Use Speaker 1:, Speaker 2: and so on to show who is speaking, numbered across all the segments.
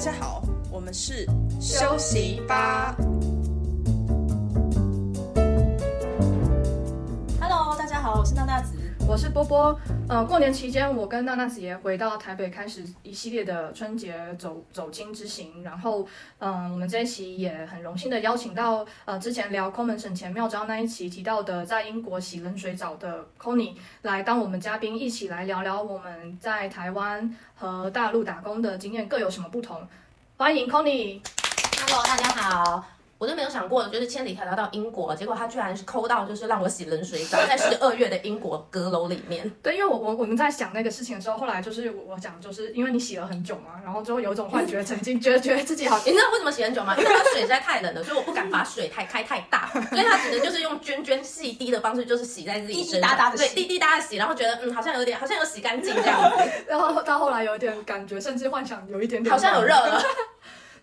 Speaker 1: 家好，我们是
Speaker 2: 休息吧。
Speaker 1: Hello，大家好，我是娜娜子。
Speaker 2: 我是波波。呃，过年期间，我跟娜娜子也回到台北，开始一系列的春节走走亲之行。然后，嗯、我们这一期也很荣幸的邀请到呃，之前聊抠门省钱妙招那一期提到的，在英国洗冷水澡的 Conny 来当我们嘉宾，一起来聊聊我们在台湾和大陆打工的经验各有什么不同。欢迎 Conny。
Speaker 3: Hello，大家好。我就没有想过，就是千里迢迢到英国，结果他居然是抠到，就是让我洗冷水澡，在十二月的英国阁楼里面。
Speaker 2: 对，因为我我我们在想那个事情的时候，后来就是我我讲，就是因为你洗了很久嘛，然后之后有一种幻觉，曾经觉得觉得自己好
Speaker 3: 你知道为什么洗很久吗？因为它水实在太冷了，所以我不敢把水太开太大，所以它只能就是用涓涓细滴的方式，就是洗在自己
Speaker 4: 滴滴
Speaker 3: 身上，
Speaker 4: 答答地洗
Speaker 3: 对，滴滴答答地洗，然后觉得嗯，好像有点，好像有洗干净这样子，
Speaker 2: 然后到后来有点感觉，甚至幻想有一点点
Speaker 3: 好像有热。了。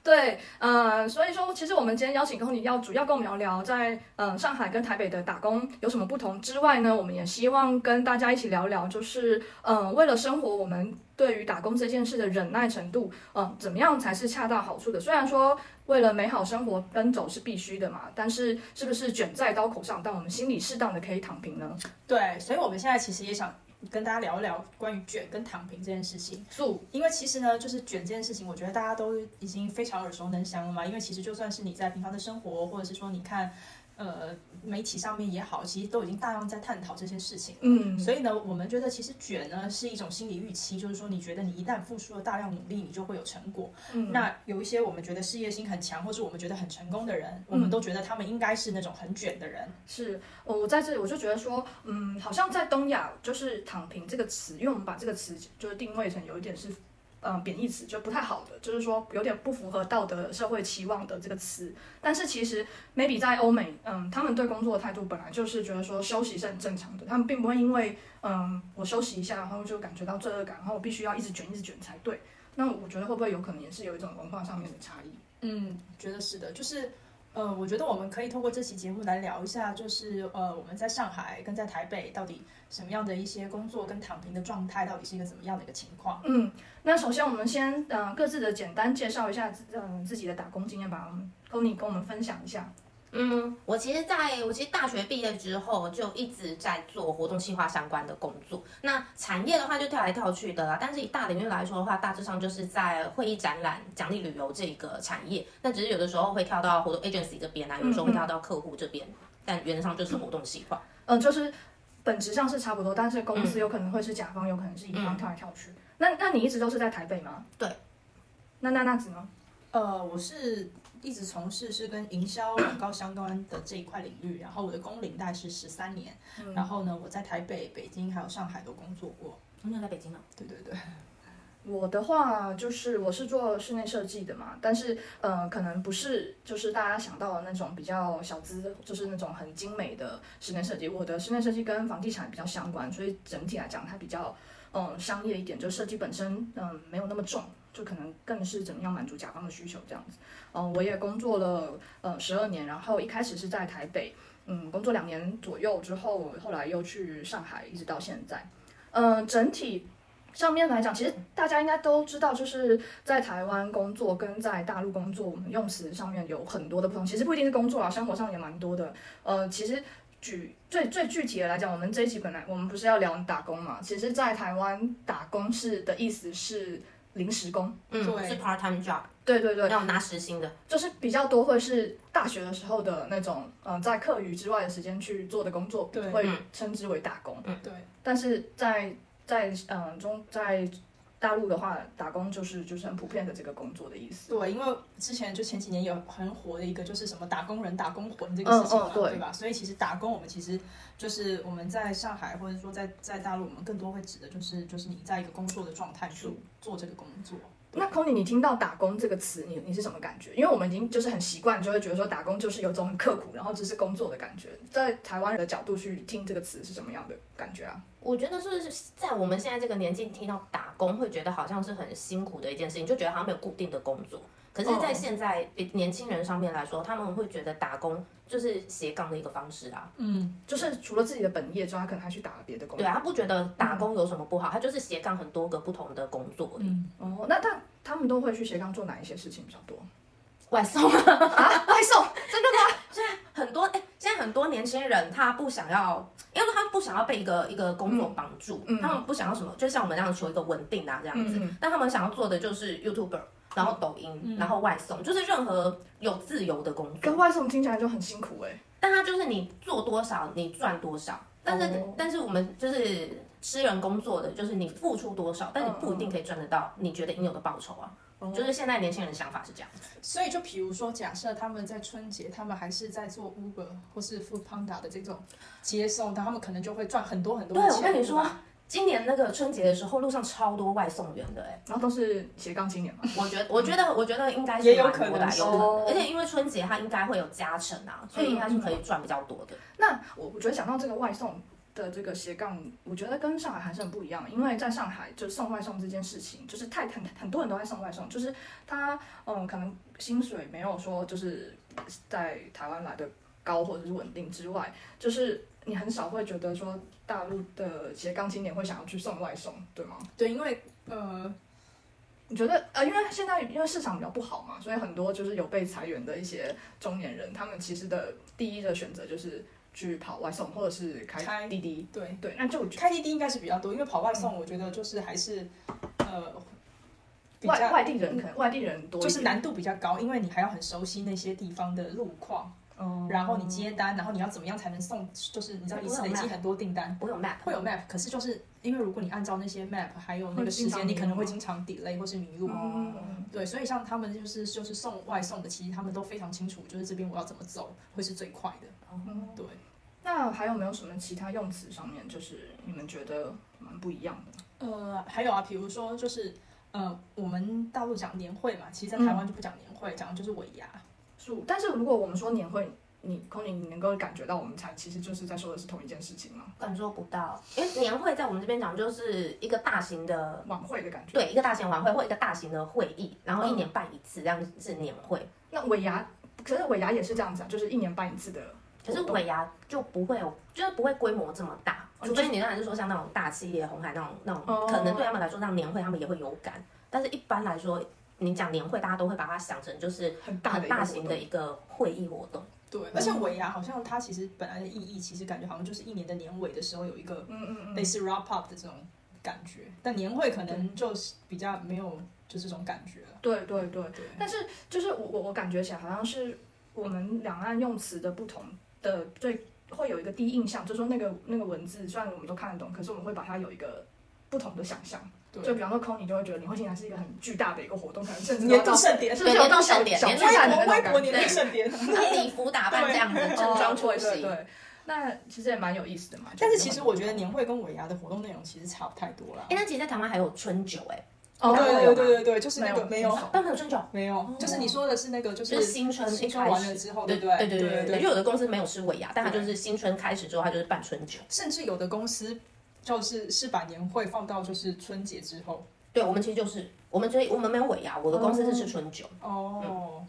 Speaker 2: 对，呃，所以说其实我们今天邀请 Tony 要主要跟我们聊聊在呃上海跟台北的打工有什么不同之外呢，我们也希望跟大家一起聊聊，就是呃为了生活，我们对于打工这件事的忍耐程度，嗯、怎么样才是恰到好处的？虽然说为了美好生活奔走是必须的嘛，但是是不是卷在刀口上，但我们心里适当的可以躺平呢？
Speaker 1: 对，所以我们现在其实也想跟大家聊一聊关于卷跟躺平这件事情，
Speaker 2: 素
Speaker 1: 因为其实呢，就是卷这件事情，我觉得大家都已经非常耳熟能详了嘛。因为其实就算是你在平常的生活，或者是说你看呃媒体上面也好，其实都已经大量在探讨这些事情。
Speaker 2: 嗯，
Speaker 1: 所以呢，我们觉得其实卷呢是一种心理预期，就是说你觉得你一旦付出了大量努力，你就会有成果。
Speaker 2: 嗯
Speaker 1: 那有一些我们觉得事业心很强，或是我们觉得很成功的人，我们都觉得他们应该是那种很卷的人。
Speaker 2: 是，呃我我在这里我就觉得说，嗯，好像在东亚就是“躺平”这个词，因为我们把这个词就是定位成有一点是，嗯、贬义词，就不太好的，就是说有点不符合道德社会期望的这个词。但是其实 maybe 在欧美，嗯，他们对工作的态度本来就是觉得说休息是很正常的，他们并不会因为，嗯，我休息一下，然后就感觉到罪恶感，然后我必须要一直卷一直卷才对。那我觉得会不会有可能也是有一种文化上面的差异？
Speaker 1: 嗯，觉得是的，就是。呃，我觉得我们可以通过这期节目来聊一下，就是呃，我们在上海跟在台北到底什么样的一些工作跟躺平的状态，到底是一个怎么样的一个情况？
Speaker 2: 嗯，那首先我们先呃各自的简单介绍一下自呃自己的打工经验吧。c o n y 跟我们分享一下。
Speaker 3: 嗯，我其实在，我其实大学毕业之后就一直在做活动计划相关的工作。那产业的话就跳来跳去的啦，但是以大领域来说的话，大致上就是在会议、展览、奖励旅游这个产业。那只是有的时候会跳到活动 agency 这边啊，有的时候会跳到客户这边，但原则上就是活动计划。
Speaker 2: 嗯、就是本质上是差不多，但是公司有可能会是甲方，有可能是乙方跳来跳去。那那你一直都是在台北吗？
Speaker 3: 对。
Speaker 2: 那那那子呢？
Speaker 1: 呃，我是一直从事是跟营销广告相关的这一块领域，然后我的工龄大概是十三年，
Speaker 2: 嗯
Speaker 1: 然后呢，我在台北、北京还有上海都工作过。
Speaker 3: 我没有在北京啊呢。
Speaker 1: 对对对。
Speaker 2: 我的话就是我是做室内设计的嘛，但是呃，可能不是就是大家想到的那种比较小资，就是那种很精美的室内设计。我的室内设计跟房地产比较相关，所以整体来讲它比较嗯、呃商业一点，就设计本身嗯、呃没有那么重，就可能更是怎么样满足甲方的需求这样子。嗯、我也工作了呃十二年，然后一开始是在台北，嗯，工作两年左右之后，后来又去上海，一直到现在。嗯、整体上面来讲，其实大家应该都知道，就是在台湾工作跟在大陆工作，我们用词上面有很多的不同。其实不一定是工作啊，生活上也蛮多的。呃，其实举最最具体的来讲，我们这一集本来我们不是要聊打工嘛？其实，在台湾打工是的意思是临时工，
Speaker 3: 嗯，
Speaker 1: 对
Speaker 3: 是 part time job，
Speaker 2: 对对对，
Speaker 3: 要拿时薪的。
Speaker 2: 就是比较多会是大学的时候的那种，嗯、在课余之外的时间去做的工作，
Speaker 1: 对
Speaker 2: 会
Speaker 3: 嗯
Speaker 2: 称之为打工。
Speaker 1: 对，
Speaker 2: 但是在在嗯、中在大陆的话，打工就是就是很普遍的这个工作的意思。
Speaker 1: 对，因为之前就前几年有很火的一个，就是什么打工人、打工魂这个事情嘛，
Speaker 2: 嗯嗯对
Speaker 1: 对吧？所以其实打工，我们其实就是我们在上海或者说在在大陆，我们更多会指的就是就是你在一个工作的状态去做这个工作。
Speaker 2: 那 Conny，你听到“打工”这个词，你你是什么感觉？因为我们已经就是很习惯，就会觉得说打工就是有种很刻苦，然后只是工作的感觉。在台湾人的角度去听这个词是什么样的感觉啊？
Speaker 3: 我觉得是在我们现在这个年纪听到打工，会觉得好像是很辛苦的一件事情，就觉得好像没有固定的工作。可是，在现在比年轻人上面来说，他们会觉得打工就是斜杠的一个方式啊。
Speaker 1: 嗯，
Speaker 2: 就是除了自己的本业之外，他可能还去打了别的工
Speaker 3: 对啊，他不觉得打工有什么不好，他就是斜杠很多个不同的工作。
Speaker 1: 嗯，
Speaker 2: 哦，那他他们都会去斜杠做哪一些事情比较多？
Speaker 3: 外送啊，
Speaker 2: 啊，外送，
Speaker 3: 很多哎、现在很多年轻人他不想要，因为他不想要被一个一个工作绑住，
Speaker 2: 嗯
Speaker 3: 他们不想要什么，就像我们那样求一个稳定啊这样子。
Speaker 2: 嗯
Speaker 3: 但他们想要做的就是 YouTuber，然后抖音，然后外送，就是任何有自由的工作。
Speaker 2: 跟外送听起来就很辛苦哎、
Speaker 3: 但它就是你做多少，你赚多少。但是、
Speaker 2: 哦
Speaker 3: 但是我们就是私人工作的，就是你付出多少，但你
Speaker 2: 嗯哦
Speaker 3: 不一定可以赚得到你觉得应有的报酬啊。就是现在年轻人的想法是这样，
Speaker 1: 所以就比如说，假设他们在春节，他们还是在做 Uber 或是 Food Panda 的这种接送，他们可能就会赚很多很多的
Speaker 3: 对
Speaker 1: 钱。
Speaker 3: 我跟你说
Speaker 1: 对吧，
Speaker 3: 今年那个春节的时候，路上超多外送员的哎、
Speaker 2: 然后都是斜杠青年嘛。
Speaker 3: 我觉得我觉得我觉得应该是
Speaker 1: 也有
Speaker 3: 蛮
Speaker 1: 可
Speaker 3: 多的
Speaker 1: 能
Speaker 3: 啊
Speaker 1: 是嗯
Speaker 3: 有可能
Speaker 2: 哦
Speaker 3: 的，而且因为春节它应该会有加成啊，所以应该是可以赚比较多的。
Speaker 2: 那我我觉得讲到这个外送的这个斜杠，我觉得跟上海还是很不一样，因为在上海就送外送这件事情，就是太很很多人都在送外送，就是他嗯可能薪水没有说就是在台湾来的高或者是稳定之外，就是你很少会觉得说大陆的斜杠青年会想要去送外送，对吗？
Speaker 1: 对，因为呃，
Speaker 2: 你觉得呃，因为现在因为市场比较不好嘛，所以很多就是有被裁员的一些中年人，他们其实的第一的选择就是去跑外送或者是
Speaker 1: 开
Speaker 2: 开滴滴。
Speaker 1: 对，
Speaker 2: 对，那就觉
Speaker 1: 开滴滴应该是比较多，因为跑外送，我觉得就是还是呃比
Speaker 2: 外
Speaker 1: 较
Speaker 2: 外地人可能外地人多一
Speaker 1: 就
Speaker 2: 点，
Speaker 1: 是难度比较高，因为你还要很熟悉那些地方的路况，
Speaker 2: 哦
Speaker 1: 然后你接单，然后你要怎么样才能送，就是你知道一次累积很多订单。
Speaker 3: 我有 map，
Speaker 1: 会有 map，可是就是因为如果你按照那些 map，还有那个时间，你可能会经常 delay 或是迷路。
Speaker 2: 嗯
Speaker 1: 对，所以像他们就是就是送外送的，其实他们都非常清楚，就是这边我要怎么走会是最快的。
Speaker 2: 嗯
Speaker 1: 对，
Speaker 2: 那还有没有什么其他用词上面，就是你们觉得蛮不一样的？
Speaker 1: 呃，还有啊，比如说就是呃，我们大陆讲年会嘛，其实在台湾就不讲年会，讲的就是尾牙。
Speaker 2: 是，但是如果我们说年会，你空灵，你能够感觉到我们才其实就是在说的是同一件事情嘛，
Speaker 3: 感受不到，因为年会在我们这边讲就是一个大型的
Speaker 2: 晚会的感觉。，
Speaker 3: 对，一个大型晚会或一个大型的会议，然后一年办一次，这样是年会。
Speaker 2: 那尾牙，可是尾牙也是这样子啊，就是一年办一次的
Speaker 3: 可
Speaker 2: 活
Speaker 3: 是
Speaker 2: 动。
Speaker 3: 尾牙就不会有，就是不会规模这么大，
Speaker 2: 哦
Speaker 3: 除
Speaker 2: 就
Speaker 3: 非你当然是说像那种大企业、红海那种那种，
Speaker 2: 哦
Speaker 3: 可能对他们来说，那种年会他们也会有感，但是一般来说，你讲年会，大家都会把它想成就是
Speaker 2: 很大的一个
Speaker 3: 很大
Speaker 2: 活
Speaker 3: 型
Speaker 2: 动
Speaker 3: 的一个会议活动。
Speaker 1: 对，而且尾牙好像它其实本来的意义，其实感觉好像就是一年的年尾的时候有一个
Speaker 2: 嗯嗯
Speaker 1: 类似 wrap up 的这种感觉，但年会可能就是比较没有就这种感觉了。
Speaker 2: 嗯，对对对。
Speaker 1: 对，
Speaker 2: 但是就是我我我感觉起来好像是我们两岸用词的不同的最会有一个第一印象，就是说那个那个文字虽然我们都看得懂，可是我们会把它有一个。不同的想象，
Speaker 1: 对
Speaker 2: 就比方说 Connie 就会觉得你会进来是一个很巨大的一个活动，可能甚至
Speaker 1: 年
Speaker 2: 到
Speaker 1: 度盛典，
Speaker 2: 是不是有
Speaker 3: 对
Speaker 2: 到
Speaker 3: 年
Speaker 2: 小
Speaker 3: 度盛典
Speaker 2: 小
Speaker 3: 年
Speaker 2: 巨
Speaker 3: 度
Speaker 2: 蛋的
Speaker 3: 盛
Speaker 1: 微
Speaker 2: 那种
Speaker 1: 博微
Speaker 2: 感
Speaker 1: 博
Speaker 2: 觉？
Speaker 1: 年度盛典。
Speaker 3: 礼服打扮这样子，正装出
Speaker 2: 对对
Speaker 3: 席。
Speaker 2: 对，哦那其实也蛮有意思的嘛。
Speaker 1: 但是
Speaker 2: 就
Speaker 1: 其实我觉得年会跟尾牙的活动内容其实差不太多了
Speaker 3: 哎、。那其实，在台湾还有春酒、欸，
Speaker 2: 哦，
Speaker 3: 台湾
Speaker 1: 对
Speaker 3: 有
Speaker 1: 对
Speaker 3: 吗
Speaker 1: 对对对，就是那个
Speaker 2: 没
Speaker 1: 没
Speaker 2: 有
Speaker 1: 有
Speaker 3: 哎，但没有春酒，
Speaker 1: 没有，就是你说的是那个就
Speaker 3: 就是
Speaker 1: 是
Speaker 3: 新春一
Speaker 1: 新春
Speaker 3: 开
Speaker 1: 完
Speaker 3: 始
Speaker 1: 了。之后，
Speaker 3: 对
Speaker 1: 不对？
Speaker 3: 对
Speaker 1: 对
Speaker 3: 对对，
Speaker 1: 对
Speaker 3: 因为有的公司没有吃尾牙，但它就是新春开始之后，它就是办春酒。
Speaker 1: 甚至有的公司就是是把年会放到就是春节之后。
Speaker 3: 对，我们其实就是我们，所以我们没有尾牙，我的公司是吃春酒。
Speaker 1: 哦，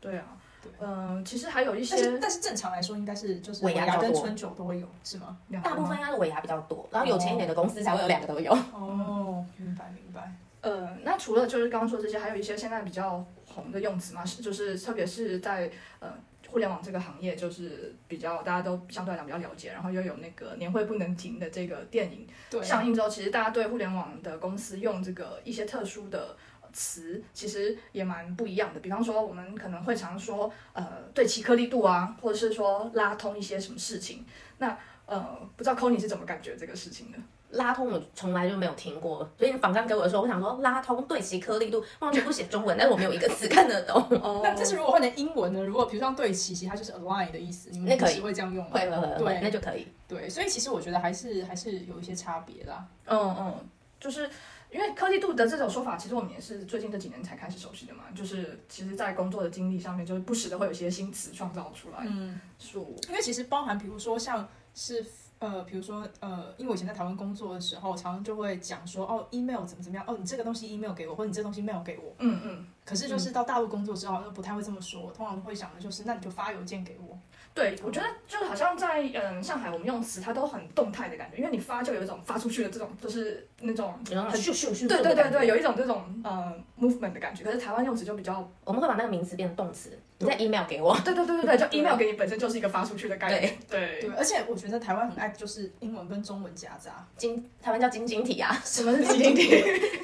Speaker 2: 对啊
Speaker 1: 对，
Speaker 2: 嗯，其实还有一
Speaker 1: 但是
Speaker 2: 些
Speaker 1: 但是正常来说应该是就是
Speaker 3: 尾
Speaker 1: 尾
Speaker 3: 牙
Speaker 1: 牙
Speaker 3: 比较
Speaker 1: 跟
Speaker 3: 多
Speaker 1: 春酒都会有是吗？
Speaker 2: 两个
Speaker 3: 大部
Speaker 2: 吗
Speaker 3: 分应该是尾牙比较多，然后有钱一点的公司才会有两个都有。
Speaker 1: 哦，明白明白。
Speaker 2: 呃，那除了就是刚刚说这些，还有一些现在比较红的用词嘛，是就是特别是在呃互联网这个行业，就是比较大家都相对来讲比较了解，然后又有那个年会不能停的这个电影
Speaker 1: 对，啊
Speaker 2: 上映之后，其实大家对互联网的公司用这个一些特殊的。词其实也蛮不一样的，比方说我们可能会常说，呃，对齐颗粒度啊，或者是说拉通一些什么事情。那呃，不知道 Kony 是怎么感觉这个事情的？
Speaker 3: 拉通我从来就没有听过，所以你访刚给我的时候，我想说拉通对齐颗粒度，完全不写中文，但是我没有一个词看得懂。
Speaker 2: 哦
Speaker 1: 那但是如果换成英文呢？如果比如像对齐，其实它就是 align 的意思，你们
Speaker 3: 那可以
Speaker 1: 平时会这样用吗？
Speaker 3: 会会会会
Speaker 1: 对，
Speaker 3: 那就可以。
Speaker 1: 对，所以其实我觉得还是还是有一些差别啦。
Speaker 2: 嗯，嗯，就是因为颗粒度的这种说法，其实我们也是最近这几年才开始熟悉的嘛。就是其实，在工作的经历上面，就是不时的会有一些新词创造出来。
Speaker 1: 嗯，
Speaker 2: 数
Speaker 1: 因为其实包含比如说像是呃，比如说呃，因为我以前在台湾工作的时候，常常就会讲说哦，email 怎么怎么样，哦，你这个东西 email 给我，或者你这东西 mail 给我。
Speaker 2: 嗯嗯，
Speaker 1: 可是就是到大陆工作之后，就不太会这么说，通常会想的就是，那你就发邮件给我。
Speaker 2: 对，我觉得就是好像在嗯上海，我们用词它都很动态的感觉，因为你发就有一种发出去的这种，就是那种
Speaker 3: 有那种
Speaker 2: 很
Speaker 3: 咻咻咻
Speaker 2: 对
Speaker 3: 的
Speaker 2: 对对
Speaker 3: 感觉
Speaker 2: 对，，有一种这种呃 movement 的感觉。可是台湾用词就比较，
Speaker 3: 我们会把那个名词变成动词，你在 email 给我，
Speaker 2: 对对对对对，就 email 给你本身就是一个发出去的概念。对
Speaker 1: 对，而且我觉得台湾很爱就是英文跟中文夹 杂，
Speaker 3: 晶台湾叫晶晶体啊，
Speaker 2: 什么 是晶晶？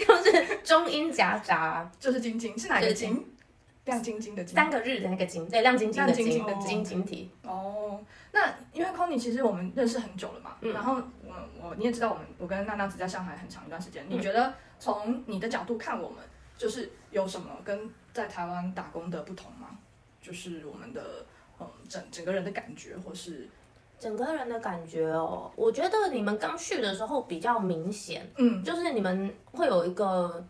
Speaker 3: 就是 中英夹杂，
Speaker 2: 就是晶晶是哪个
Speaker 3: 对
Speaker 2: 晶？亮晶晶的晶。
Speaker 3: 三个日的那个晶，对，亮晶晶的
Speaker 2: 亮晶晶
Speaker 3: 晶
Speaker 1: 的，晶
Speaker 3: 晶晶体，
Speaker 2: 哦，那因为 Conny 其实我们认识很久了嘛，
Speaker 3: 嗯
Speaker 2: 然后我我你也知道我们我跟娜娜只在上海很长一段时间，你
Speaker 3: 嗯
Speaker 2: 觉得从你的角度看我们，就是有什么跟在台湾打工的不同吗？就是我们的嗯整整个人的感觉，或是
Speaker 3: 整个人的感觉哦，我觉得你们刚去的时候比较明显，
Speaker 2: 嗯
Speaker 3: 就是你们会有一个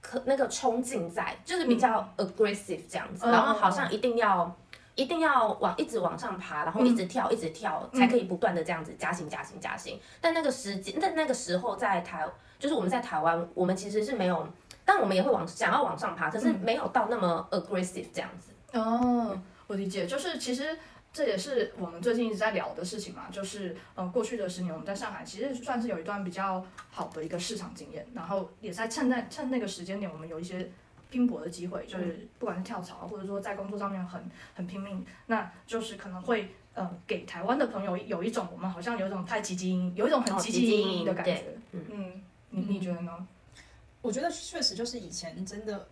Speaker 3: 可那个冲劲在，就是比较 aggressive 这样子，
Speaker 2: 嗯
Speaker 3: 然后好像一定要。一定要往一直往上爬，然后一直跳，一直跳，才可以不断的这样子加薪、加薪、加薪。但那个时间，那那个时候在台，就是我们在台湾，我们其实是没有，但我们也会往想要往上爬，可是没有到那么 aggressive 这样子。
Speaker 2: 哦，我理解，就是其实。这也是我们最近一直在聊的事情嘛，就是呃，过去的十年我们在上海其实算是有一段比较好的一个市场经验，然后也在趁在趁那个时间点，我们有一些拼搏的机会，就是不管是跳槽啊或者说在工作上面很很拼命，那就是可能会呃给台湾的朋友有一种我们好像有一种太积极营，有一种很
Speaker 3: 哦
Speaker 2: 积
Speaker 3: 积
Speaker 2: 极
Speaker 3: 极
Speaker 2: 营
Speaker 3: 营
Speaker 2: 的感
Speaker 3: 对
Speaker 2: 觉，嗯，你你觉得呢？
Speaker 1: 我觉得确实就是以前真的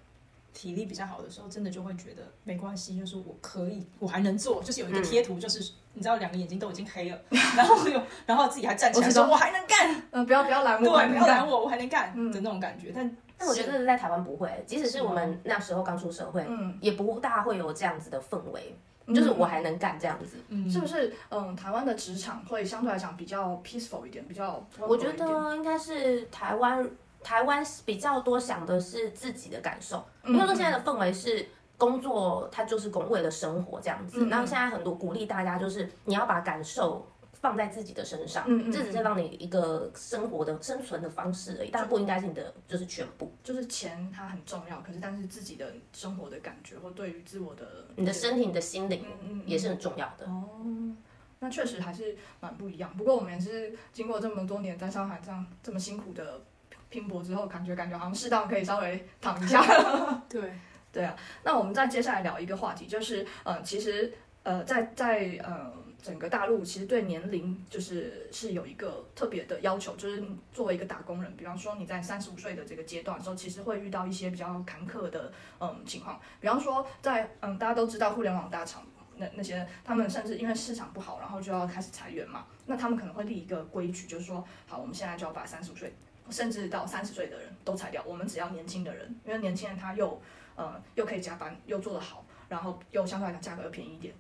Speaker 1: 体力比较好的时候，真的就会觉得没关系，就是我可以，我还能做，就是有一
Speaker 3: 嗯
Speaker 1: 个贴图，就是你知道两个眼睛都已经黑了， 然后有，然后自己还站起来
Speaker 2: 我知道
Speaker 1: 说我还能 干，
Speaker 2: 呃，不要不要拦
Speaker 1: 对，
Speaker 2: 我，
Speaker 1: 不要拦
Speaker 2: 我，
Speaker 1: 我，我还能干
Speaker 2: 嗯
Speaker 1: 的那种感觉。但
Speaker 3: 但我觉得在台湾不会，即使是我们那时候刚出社会，
Speaker 2: 嗯，
Speaker 3: 也不大会有这样子的氛围，就是我还能干这样子。
Speaker 1: 嗯，
Speaker 2: 是不是嗯，台湾的职场会相对来讲比较 peaceful 一点，比较温和
Speaker 3: 我
Speaker 2: 一
Speaker 3: 觉
Speaker 2: 点
Speaker 3: 得应该是台湾，台湾比较多想的是自己的感受，
Speaker 2: 嗯
Speaker 3: 因为说现在的氛围是。工作它就是工为了生活这样子，
Speaker 2: 嗯嗯
Speaker 3: 然后现在很多鼓励大家就是你要把感受放在自己的身上，
Speaker 2: 嗯嗯嗯
Speaker 3: 这只是让你一个生活的生存的方式而已，但不应该是你的就是全部，
Speaker 2: 就是钱它很重要，可是但是自己的生活的感觉或对于自我的
Speaker 3: 你的身体、你的心灵
Speaker 2: 嗯嗯嗯
Speaker 3: 也是很重要的。
Speaker 2: 哦，那确实还是蛮不一样。不过我们也是经过这么多年在上海这样这么辛苦的拼搏之后，感觉感觉好像适当可以稍微躺一下。
Speaker 1: 对，
Speaker 2: 对啊，那我们再接下来聊一个话题，就是呃，其实呃，在在呃整个大陆，其实对年龄就是是有一个特别的要求，就是你作为一个打工人，比方说你在三十五岁的这个阶段的时候，其实会遇到一些比较坎坷的嗯、情况，比方说在嗯、大家都知道互联网大厂。那那些他们甚至因为市场不好，然后就要开始裁员嘛。那他们可能会立一个规矩，就是说，好，我们现在就要把三十五岁甚至到三十岁的人都裁掉，我们只要年轻的人，因为年轻人他又呃，又可以加班，又做得好，然后又相对来讲价格又便宜一点。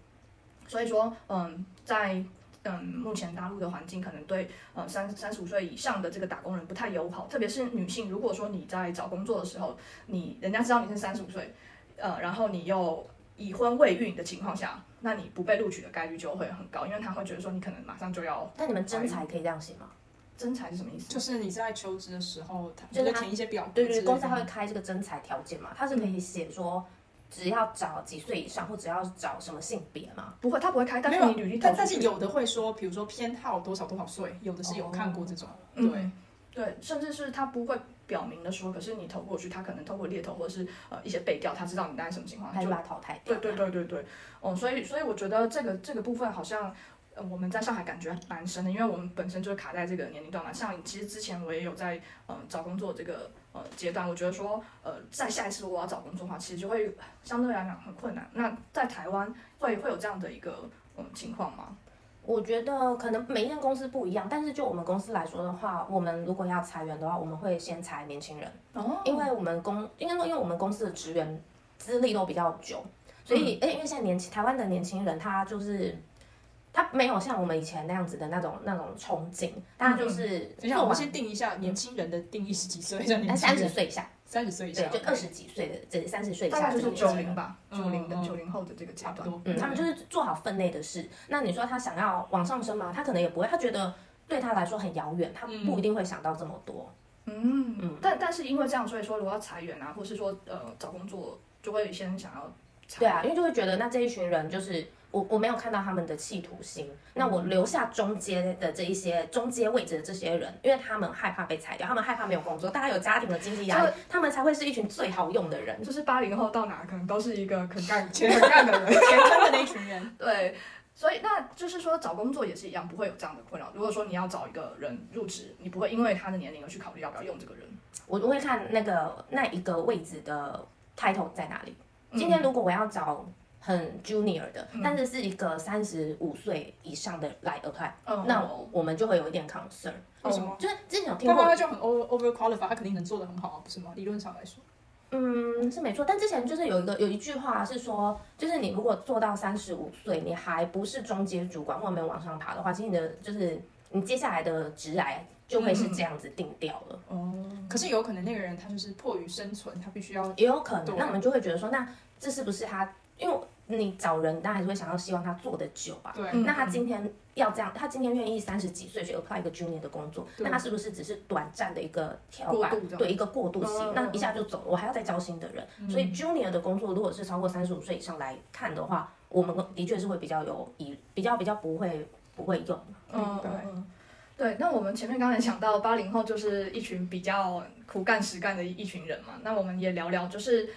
Speaker 2: 所以说，嗯，在嗯目前大陆的环境，可能对呃三三十五岁以上的这个打工人不太友好，特别是女性。如果说你在找工作的时候，你人家知道你是三十五岁，呃，然后你又已婚未孕的情况下，那你不被录取的概率就会很高，因为他会觉得说你可能马上就要
Speaker 3: 但你们真才可以这样行吗？
Speaker 2: 征才是什么意思？
Speaker 1: 就是你在求职的时候，他
Speaker 3: 就是
Speaker 1: 就
Speaker 3: 他
Speaker 1: 填一些表格之
Speaker 3: 对
Speaker 1: 类的，
Speaker 3: 对，公司它会开这个征才条件嘛，它是可以写说，只要找几岁以上，或只要找什么性别嘛。
Speaker 2: 不会，他不会开，但
Speaker 1: 没
Speaker 2: 是你履
Speaker 1: 有
Speaker 2: 历，投
Speaker 1: 但
Speaker 2: 出
Speaker 1: 但是
Speaker 2: 去
Speaker 1: 有的会说，比如说偏好多少多少岁，有的是
Speaker 3: 哦
Speaker 1: 有看过这种，
Speaker 2: 嗯
Speaker 1: 对，
Speaker 2: 对，甚至是他不会表明的说，可是你投过去，他可能透过猎头或者是呃一些背调，他知道你大概什么情况，
Speaker 3: 他就
Speaker 2: 啊就
Speaker 3: 把它淘汰掉。
Speaker 2: 对对对对对，哦，所以所以我觉得这个这个部分好像。呃，我们在上海感觉蛮深的，因为我们本身就是卡在这个年龄段嘛。像其实之前我也有在呃找工作这个呃阶段，我觉得说呃在下一次我要找工作的话，其实就会相对来讲很困难。那在台湾会会有这样的一个嗯情况吗？
Speaker 3: 我觉得可能每一间公司不一样，但是就我们公司来说的话，我们如果要裁员的话，我们会先裁年轻人，
Speaker 2: 哦
Speaker 3: 因为我们公应该说，因为我们公司的职员资历都比较久，所以哎、因为现在年轻台湾的年轻人他就是。他没有像我们以前那样子的那种那种冲劲，大家就是
Speaker 2: 嗯
Speaker 1: 等一下，我们
Speaker 3: 做完嗯
Speaker 1: 先定一下年轻人的定义是几岁？叫年轻
Speaker 3: 三十
Speaker 1: 人，
Speaker 3: 岁以下，
Speaker 1: 三十岁以
Speaker 3: 对，
Speaker 1: 下，
Speaker 3: 就二十几岁的这三十岁以
Speaker 2: 大
Speaker 3: 下
Speaker 2: 概就
Speaker 3: 的
Speaker 2: 是
Speaker 3: 年
Speaker 2: 九
Speaker 3: 轻人
Speaker 2: 零吧，
Speaker 1: 嗯
Speaker 2: 九零的
Speaker 1: 嗯
Speaker 2: 九零后的这个阶
Speaker 1: 差
Speaker 2: 段
Speaker 3: 嗯
Speaker 1: 不。多，
Speaker 3: 嗯，他们就是做好分内的事。那你说他想要往上升嘛？他可能也不会，他觉得对他来说很遥远，他不一定会想到这么多。
Speaker 2: 嗯嗯，但但是因为这样，所以说如果要裁员啊，或是说呃找工作，就会先想要裁
Speaker 3: 对啊，因为就会觉得那这一群人就是我我没有看到他们的企图心，那我留下中间的这一些中间位置的这些人，因为他们害怕被裁掉，他们害怕没有工作，大家有家庭的经济压力，他们才会是一群最好用的人。
Speaker 2: 就是八零后到哪可能都是一个肯干、
Speaker 1: 前很干的人， 前坑的那一群人，
Speaker 2: 对，所以那就是说找工作也是一样，不会有这样的困扰。如果说你要找一个人入职，你不会因为他的年龄而去考虑要不要用这个人。
Speaker 3: 我我会看那个那一个位置的 title 在哪里。
Speaker 2: 嗯
Speaker 1: 嗯
Speaker 3: 今天如果我要找很 junior 的，但是是一个三十五岁以上的来 apply，、
Speaker 2: 嗯
Speaker 3: 那我我们就会有一点 concern。
Speaker 1: 为什么？
Speaker 3: 就是之前有听
Speaker 1: 他
Speaker 3: 过
Speaker 1: 妈妈就很 over over qualified，他肯定能做得很好啊，不是吗？理论上来说，
Speaker 3: 嗯，是没错，但之前就是有一个有一句话是说，就是你如果做到三十五岁，你还不是中阶主管或没有往上爬的话，其实你的就是你接下来的职来就会
Speaker 1: 嗯
Speaker 3: 是这样子定掉了，
Speaker 1: 哦，
Speaker 2: 嗯
Speaker 1: 可是有可能那个人他就是迫于生存，他必须要
Speaker 3: 也有可能
Speaker 1: 对。
Speaker 3: 那我们就会觉得说，那这是不是他？因为你找人，当然还是会想要希望他做的久吧。
Speaker 1: 对，
Speaker 2: 嗯
Speaker 3: 那他今天要这样，他今天愿意三十几岁去 apply 一个 junior 的工作，
Speaker 1: 对
Speaker 3: 那他是不是只是短暂的一个跳板
Speaker 2: 过渡这，样
Speaker 3: 对一个过渡期
Speaker 2: 嗯嗯嗯？嗯
Speaker 3: 那一下就走了，我还要再招新的人。所以 junior 的工作，如果是超过三十五岁以上来看的话，我们的确是会比较有以比较比较不会不会用。
Speaker 1: 嗯对
Speaker 2: 嗯。对，那我们前面刚才讲到八零后就是一群比较苦干实干的一群人嘛，那我们也聊聊就是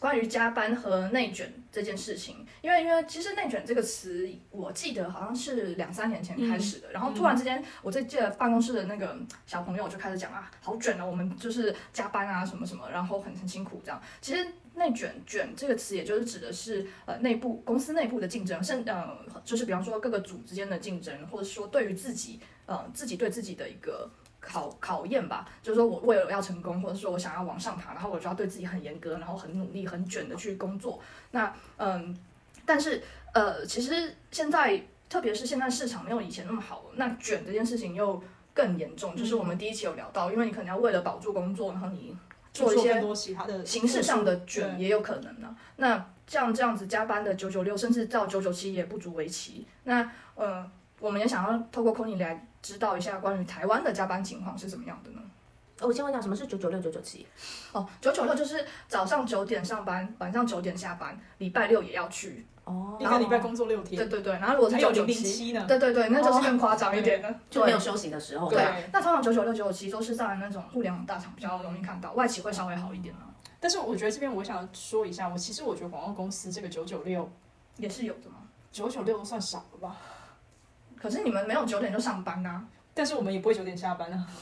Speaker 2: 关于加班和内卷这件事情，因为因为其实内卷这个词，我记得好像是两三年前
Speaker 1: 嗯
Speaker 2: 开始的，然后突然之间，我这记得办公室的那个小朋友就开始讲啊，好卷啊，我们就是加班啊什么什么，然后很很辛苦这样。其实内卷卷这个词，也就是指的是呃内部公司内部的竞争，甚呃就是比方说各个组之间的竞争，或者说对于自己呃自己对自己的一个考考验吧。就是说我为了要成功，或者说我想要往上爬，然后我就要对自己很严格，然后很努力、很卷的去工作。那嗯、但是呃，其实现在特别是现在市场没有以前那么好，那卷这件事情又更严重。就是我们第一期有聊到，因为你可能要为了保住工作，然后你做一些
Speaker 1: 更多其他的
Speaker 2: 形式上的卷
Speaker 1: 对
Speaker 2: 也有可能呢、那像这样子加班的九九六，甚至到九九七也不足为奇。那呃，我们也想要透过 c o n y 来知道一下关于台湾的加班情况是怎么样的呢？
Speaker 3: 呃我先问一下，什么是九九六九九七？
Speaker 2: 哦，九九六就是早上九点上班，晚上九点下班，礼拜六也要去。
Speaker 3: 哦
Speaker 1: 一个礼拜工作六天，
Speaker 2: 对对对，然后如果是
Speaker 1: 还
Speaker 2: 九
Speaker 1: 有
Speaker 2: 九
Speaker 1: 零零
Speaker 2: 七，
Speaker 1: 七呢，
Speaker 2: 对对对，那就是更夸张一点的，
Speaker 3: 就没
Speaker 2: 对
Speaker 3: 有休息的时候。
Speaker 2: 对
Speaker 1: 对
Speaker 2: 啊，那通常九九六、九九七都是在那种互联网大厂比较容易看到，外企会稍微好一点啊，
Speaker 1: 但是我觉得这边我想说一下，我其实我觉得广告公司这个九九六
Speaker 2: 也是有的嘛。
Speaker 1: 九九六都算少了吧，
Speaker 2: 可是你们没有九点就上班呐、
Speaker 1: 但是我们也不会九点下班啊。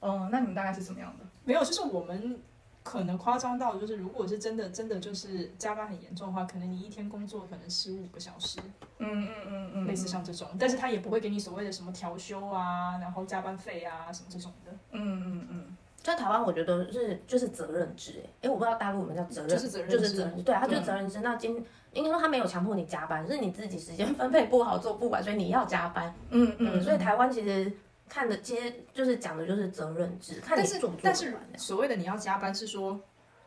Speaker 2: 嗯，那你们大概是什么样的？
Speaker 1: 没有，就是我们可能夸张到，就是如果是真的真的就是加班很严重的话，可能你一天工作可能十五个小时，
Speaker 2: 嗯嗯嗯嗯，
Speaker 1: 类似像这种，但是他也不会给你所谓的什么调休啊，然后加班费啊什么这种的，
Speaker 2: 嗯嗯嗯
Speaker 3: 在台湾，我觉得是就是责任制，哎、诶我不知道大陆有没有叫责任，
Speaker 1: 就是责任制啊嗯
Speaker 3: 就是责任制，对，它就是责任制。那今应该说他没有强迫你加班，是你自己时间分配不好做不完，所以你要加班。
Speaker 2: 嗯
Speaker 3: 嗯，
Speaker 2: 嗯，
Speaker 3: 所以台湾其实看的，其实就是讲的就是责任制，看你
Speaker 1: 但
Speaker 3: 做
Speaker 1: 是
Speaker 3: 不做得
Speaker 1: 但是
Speaker 3: 完这样
Speaker 1: 所谓的你要加班是说。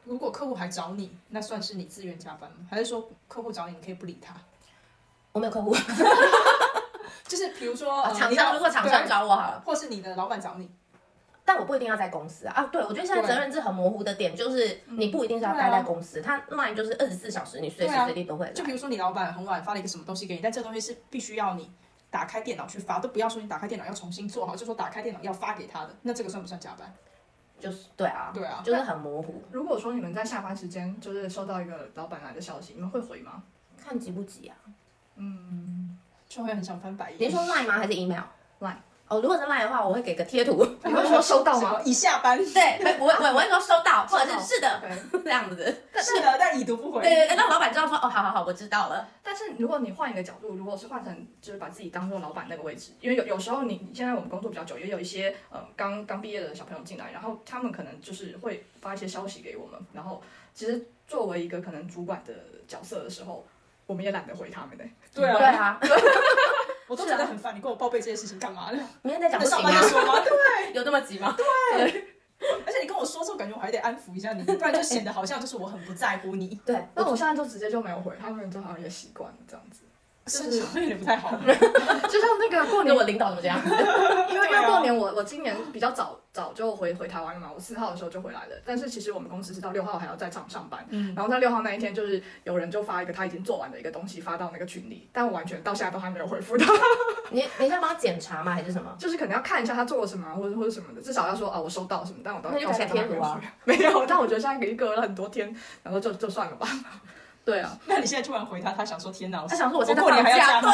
Speaker 1: 如果客户还找你，那算是你自愿加班吗？还是说客户找你，你可以不理他？
Speaker 3: 我没有客户，
Speaker 1: 就是比如说，呃
Speaker 3: 啊厂
Speaker 1: 哦你要
Speaker 3: 商如果厂商
Speaker 1: 对
Speaker 3: 找我好了，
Speaker 1: 或是你的老板找你，
Speaker 3: 但我不一定要在公司啊。啊，对，我觉得现在
Speaker 1: 对
Speaker 3: 责任制很模糊的点就是，你不一定是要
Speaker 1: 对啊啊
Speaker 3: 待在公司，它 line 就是二十四小时，你随时随地都会来。
Speaker 1: 就比如说你老板很晚发了一个什么东西给你，但这东西是必须要你打开电脑去发，都不要说你打开电脑要重新做好，就说打开电脑要发给他的，那这个算不算加班？
Speaker 3: 就是对啊，
Speaker 1: 对啊
Speaker 3: 就是很模糊，
Speaker 2: 如果说你们在下班时间就是收到一个老板来的消息，你们会回吗？
Speaker 3: 看急不急啊。
Speaker 1: 就会很想翻白眼。
Speaker 3: 你是说 line 吗？还是 email？
Speaker 2: Line
Speaker 3: 哦，如果是 line 的话，我会给个贴图。
Speaker 2: 你会说收到
Speaker 1: 什么
Speaker 2: 吗？
Speaker 1: 一下班？
Speaker 3: 对，会不会？我我会说收到，
Speaker 2: 收
Speaker 3: 或
Speaker 2: 到
Speaker 3: 者是是 的，
Speaker 2: 对，
Speaker 3: 这样子。对
Speaker 1: 是的，但已读不回。
Speaker 3: 对对，让老板知道说，哦，好好好，我知道了。
Speaker 2: 但是如果你换一个角度，如果是换成就是把自己当做老板那个位置，因为有有时候你现在我们工作比较久，也有一些呃刚刚毕业的小朋友进来，然后他们可能就是会发一些消息给我们，然后其实作为一个可能主管的角色的时候，我们也懒得回他们的、
Speaker 1: 对
Speaker 3: 对
Speaker 1: 啊，
Speaker 3: 啊，
Speaker 1: 我都觉得很烦，你跟我报备这些事情干嘛呢？
Speaker 3: 明天再讲
Speaker 1: 那
Speaker 3: 不
Speaker 1: 上
Speaker 3: 行啊
Speaker 1: 班
Speaker 3: 吗
Speaker 1: 再？说吗？ 对，
Speaker 3: 有那么急吗？
Speaker 1: 而且你跟我说之后，感觉我还得安抚一下你，不然就显得好像就是我很不在乎你。
Speaker 3: 对，
Speaker 2: 那我现在就直接就没有回，他们就好像也习惯了这样子。就是
Speaker 1: 是有点不太好。
Speaker 2: 就像那个过
Speaker 3: 跟
Speaker 2: 年
Speaker 3: 我领导怎么这样？
Speaker 2: 因为因
Speaker 1: 对啊
Speaker 2: 为过年我我今年比较早早就回回台湾了嘛，我四号的时候就回来了。但是其实我们公司是到六号还要在场上班，
Speaker 1: 嗯
Speaker 2: 然后在六号那一天就是有人就发一个他已经做完的一个东西发到那个群里，但我完全到 现在都还没有回复他，
Speaker 3: 你你要帮他检查吗？还是什么？
Speaker 2: 就是可能要看一下他做了什么啊或者或者什么的，至少要说啊我收到什么，但我到
Speaker 3: 那就
Speaker 2: 到
Speaker 3: 改
Speaker 2: 现在都还没
Speaker 3: 天
Speaker 2: 有
Speaker 3: 鹅啊
Speaker 2: 回复 没有，但我觉得现在一个了很多天，然后就就算了吧。对啊，
Speaker 1: 那你现在突然回他，他想说天哪，我
Speaker 2: 他想说我
Speaker 1: 我
Speaker 2: 现在
Speaker 1: 过年
Speaker 2: 放
Speaker 1: 还要加
Speaker 2: 假，
Speaker 1: 吗？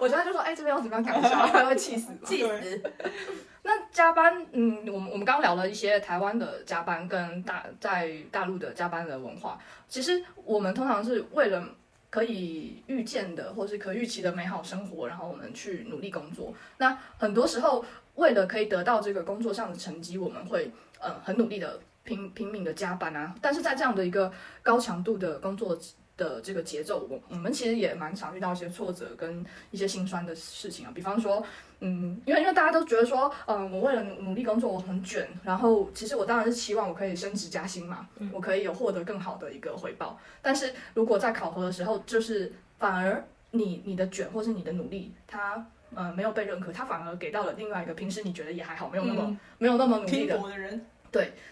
Speaker 2: 我觉得他就说哎这边要怎么样改一下， 他会气死吧。
Speaker 3: 气死！
Speaker 2: 那加班，嗯，我们我们刚聊了一些台湾的加班跟大在大陆的加班的文化。其实我们通常是为了可以预见的或是可预期的美好生活，然后我们去努力工作。那很多时候为了可以得到这个工作上的成绩，我们会呃很努力的拼拼命的加班啊。但是在这样的一个高强度的工作的这个节奏，我我们其实也蛮常遇到一些挫折跟一些心酸的事情啊。比方说，嗯，因为因为大家都觉得说，嗯，我为了努努力工作，我很卷，然后其实我当然是期望我可以升职加薪嘛，我可以有获得更好的一个回报。但是如果在考核的时候，就是反而你你的卷或是你的努力，它呃没有被认可，它反而给到了另外一个平时你觉得也还好，没有那么、
Speaker 1: 嗯
Speaker 2: 没有那么努力
Speaker 1: 拼
Speaker 2: 的，
Speaker 1: 搏的人，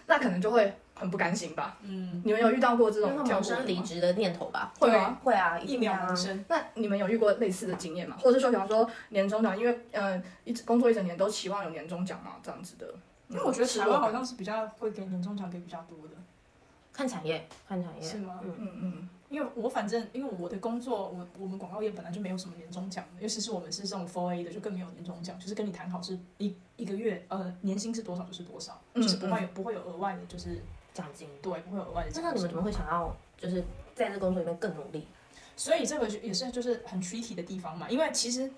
Speaker 2: 那可能就会很不甘心吧。
Speaker 1: 嗯，
Speaker 2: 你们有遇到过这
Speaker 3: 那
Speaker 2: 种
Speaker 3: 种
Speaker 2: 跳
Speaker 3: 萌
Speaker 2: 过
Speaker 3: 生
Speaker 2: 的
Speaker 3: 离
Speaker 2: 吗？
Speaker 3: 职的念头吧？
Speaker 2: 会吗？
Speaker 3: 会啊，
Speaker 1: 一
Speaker 3: 定
Speaker 1: 秒
Speaker 3: 啊
Speaker 1: 萌生，
Speaker 2: 那你们有遇过类似的经验吗？或者说，比方说年终奖，因为嗯、呃一直工作一整年都期望有年终奖嘛，这样子的。嗯
Speaker 1: 因为我觉得
Speaker 2: 失
Speaker 1: 台
Speaker 2: 落
Speaker 1: 湾
Speaker 2: 感
Speaker 1: 好像是比较会给年终奖给比较多的，
Speaker 3: 看产业，看产业
Speaker 1: 是吗？
Speaker 3: 嗯，
Speaker 2: 嗯嗯，
Speaker 1: 因为我反正因为我的工作，我我们广告业本来就没有什么年终奖的，尤其是我们是这种 Four A 的，就更没有年终奖，就是跟你谈好是一一个月呃年薪是多少就是多少，
Speaker 2: 嗯
Speaker 1: 就是不会有不会有额外的，就是
Speaker 3: 奖金。
Speaker 1: 对不会有额外的奖
Speaker 3: 那你
Speaker 1: 金
Speaker 3: 们怎么会想要就是在这工作里面更努力？
Speaker 1: 所以这个就也是就是很 tricky 的地方嘛，因为其实，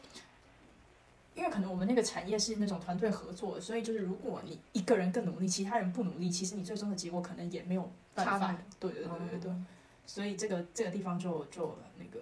Speaker 1: 因为可能我们那个产业是那种团队合作，所以就是如果你一个人更努力，其他人不努力，其实你最终的结果可能也没有办
Speaker 2: 差太
Speaker 1: 法
Speaker 2: 多。
Speaker 1: 对
Speaker 2: 嗯
Speaker 1: 对对对对，所以这个这个地方就就那个，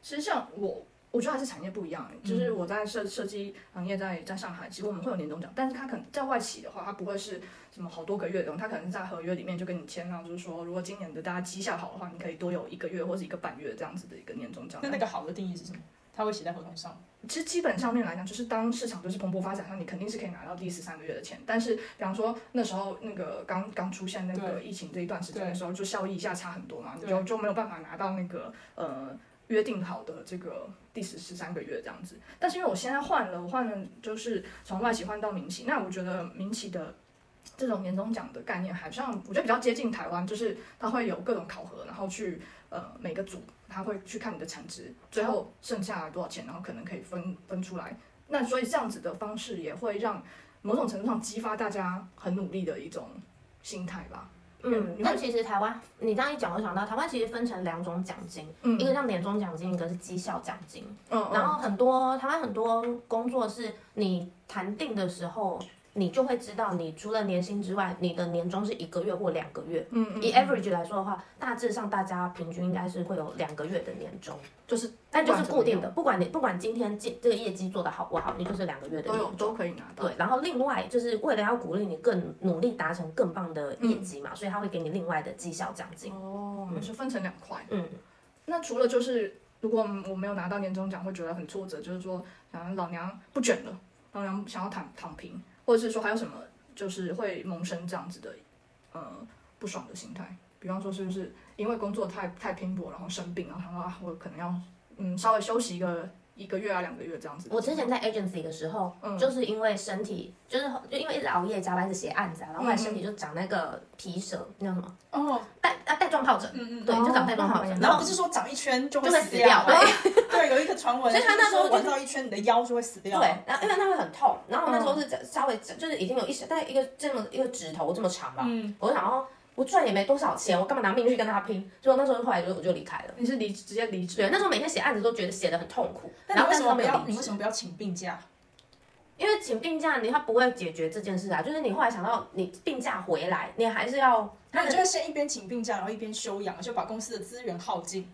Speaker 2: 其实像我，我觉得还是产业不一样、欸就是
Speaker 1: 嗯
Speaker 2: 我在设设计行业在在上海，其实我们会有年终奖，但是它可能在外企的话，它不会是什么好多个月的，它可能是在合约里面就跟你签到，就是说如果今年的大家绩效好的话，你可以多有一个月或者一个半月这样子的一个年终奖。
Speaker 1: 那那个好的定义是什么？它会写在合同上。
Speaker 2: 其实基本上面来讲，就是当市场就是蓬勃发展，那你肯定是可以拿到第十三个月的钱。但是，比方说那时候那个刚刚出现那个疫情这一段时间的时候，就效益一下差很多嘛，你就就没有办法拿到那个呃约定好的这个第十十三个月这样子。但是因为我现在换了，我换了就是从外企换到民企，那我觉得民企的。这种年终奖的概念，好像我觉得比较接近台湾，就是它会有各种考核，然后去呃每个组他会去看你的产值，最后剩下多少钱，然后可能可以分分出来。那所以这样子的方式也会让某种程度上激发大家很努力的一种心态吧。
Speaker 3: 嗯
Speaker 2: 你，会
Speaker 3: 但其实台湾，你这样一讲，我想到台湾其实分成两种奖金，
Speaker 2: 嗯
Speaker 3: 一个叫年终奖金，一个是绩效奖金。
Speaker 2: 嗯
Speaker 3: 然后很多台湾很多工作是你谈定的时候，你就会知道，你除了年薪之外，你的年终是一个月或两个月。
Speaker 2: 嗯嗯
Speaker 3: 以 average 来说的话，大致上大家平均应该是会有两个月的年终，
Speaker 2: 就是
Speaker 3: 但就是固定的，不管你不管今天这这个业绩做得好不好，你就是两个月的
Speaker 2: 都
Speaker 3: 年
Speaker 2: 有
Speaker 3: 终。
Speaker 2: 都可以拿到。
Speaker 3: 对，然后另外就是为了要鼓励你更努力达成更棒的业绩嘛，所以他会给你另外的绩效奖金。
Speaker 2: 哦，是分成两块。
Speaker 3: 嗯，
Speaker 2: 那除了就是如果我没有拿到年终奖，会觉得很挫折，就是说，然后老娘不卷了，老娘想要躺躺平，或者是说还有什么就是会萌生这样子的呃不爽的心态，比方说是不是因为工作太太拼搏，然后生病，然后想说啊，我可能要嗯稍微休息一个一个月啊两个月这样子。
Speaker 3: 我之前在 agency 的时候，
Speaker 2: 嗯
Speaker 3: 就是因为身体，就是就因为一直熬夜加班，一直写案子啊，然后后来身体就长那个皮蛇，那叫什么
Speaker 1: 哦，
Speaker 3: 带啊带状疱疹，
Speaker 1: 嗯嗯
Speaker 3: 对，就长带状疱
Speaker 2: 哦
Speaker 3: 疹，
Speaker 1: 然
Speaker 3: 然
Speaker 1: 后
Speaker 3: 后
Speaker 1: 不是说长一圈就会
Speaker 3: 就会
Speaker 1: 死
Speaker 3: 死掉， 对。
Speaker 1: 对，有一个传闻，
Speaker 3: 所以他那时候
Speaker 1: 就是玩
Speaker 3: 就
Speaker 1: 到一圈，你的腰就会死掉。
Speaker 3: 对，然后因为它会很痛，然后我那时候是稍微就是已经有一小大概一个这么一个指头这么长吧，
Speaker 1: 嗯
Speaker 3: 我就想说我赚也没多少钱，我干嘛拿命去跟他拼？所以我那时候后来就我就离开了。
Speaker 2: 你是离直接离职？
Speaker 3: 对，那时候每天写案子都觉得写的很痛苦，
Speaker 1: 那
Speaker 3: 然
Speaker 1: 你为
Speaker 3: 后但
Speaker 1: 什
Speaker 3: 是都
Speaker 1: 么不
Speaker 3: 没有
Speaker 1: 要？你
Speaker 3: 离
Speaker 1: 为
Speaker 3: 职
Speaker 1: 什么不要请病假？
Speaker 3: 因为请病假你他不会解决这件事啊，就是你后来想到你病假回来，你还是要
Speaker 1: 那
Speaker 3: 那
Speaker 1: 你就会先一边请病假，然后一边休养，就把公司的资源耗尽。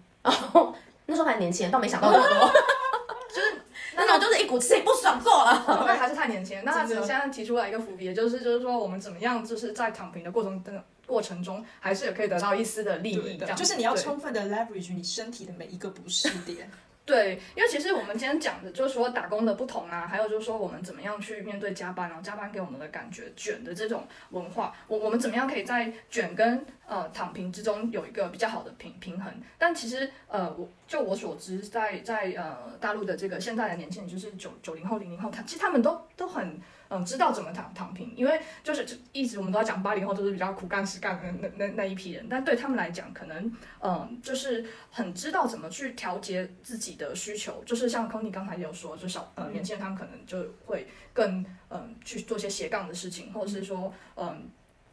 Speaker 3: 那时候还年轻人，倒没想到那么多， 就是那种就是一股气不爽做了。
Speaker 2: 那还是太年轻了。那他只
Speaker 1: 真
Speaker 2: 是
Speaker 1: 的
Speaker 2: 现在提出来一个伏笔，也就是就是说我们怎么样，就是在躺平的过程的过程中，还是有可以得到一丝的利益，这
Speaker 1: 的，
Speaker 2: 样
Speaker 1: 就是你要
Speaker 2: 对
Speaker 1: 充分的 leverage 你身体的每一个不适点。
Speaker 2: 对，因为其实我们今天讲的就是说打工的不同啊，还有就是说我们怎么样去面对加班，然后加班给我们的感觉卷的这种文化，我我们怎么样可以在卷跟呃躺平之中有一个比较好的平平衡？但其实呃，我就我所知，在在呃大陆的这个现在的年轻人，就是九九零后、零零后，他其实他们都都很嗯、知道怎么躺躺平，因为就是就一直我们都要讲八零后都是比较苦干实干的那那那一批人，但对他们来讲，可能嗯、就是很知道怎么去调节自己的需求，就是像 c o n y 刚才也有说，就小呃年轻人他们可能就会更嗯、去做一些斜杠的事情，或者是说嗯。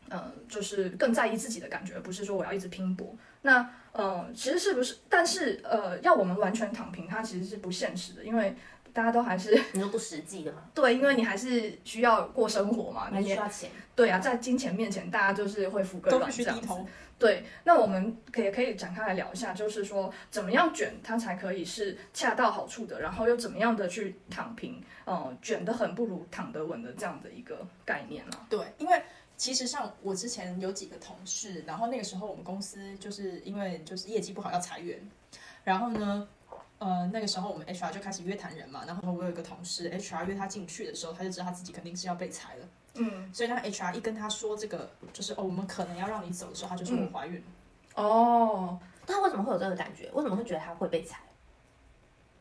Speaker 2: 呃，就是更在意自己的感觉，不是说我要一直拼搏。那呃，其实是不是？但是呃，要我们完全躺平，它其实是不现实的，因为大家都还是
Speaker 3: 你说不实际的嘛，
Speaker 2: 对，因为你还是需要过生活嘛，
Speaker 3: 还
Speaker 2: 你
Speaker 3: 需
Speaker 2: 也
Speaker 3: 要钱，
Speaker 2: 对啊，在金钱面前，大家就是会服个
Speaker 1: 都
Speaker 2: 软
Speaker 1: 必须
Speaker 2: 这样
Speaker 1: 低
Speaker 2: 子。
Speaker 1: 头。
Speaker 2: 对，那我们可以可以展开来聊一下，就是说怎么样卷它才可以是恰到好处的，然后又怎么样的去躺平，呃，卷得很不如躺得稳的这样的一个概念啊。
Speaker 1: 对，因为其实像我之前有几个同事，然后那个时候我们公司就是因为就是业绩不好要裁员，然后呢，呃，那个时候我们 HR 就开始约谈人嘛，然后我有一个同事 HR 约他进去的时候，他就知道他自己肯定是要被裁了，
Speaker 2: 嗯，
Speaker 1: 所以当 HR 一跟他说这个就是哦我们可能要让你走的时候，他就
Speaker 2: 嗯
Speaker 1: 说我怀孕了。
Speaker 2: 哦，
Speaker 3: 但他为什么会有这个感觉？为什么会觉得他会被裁？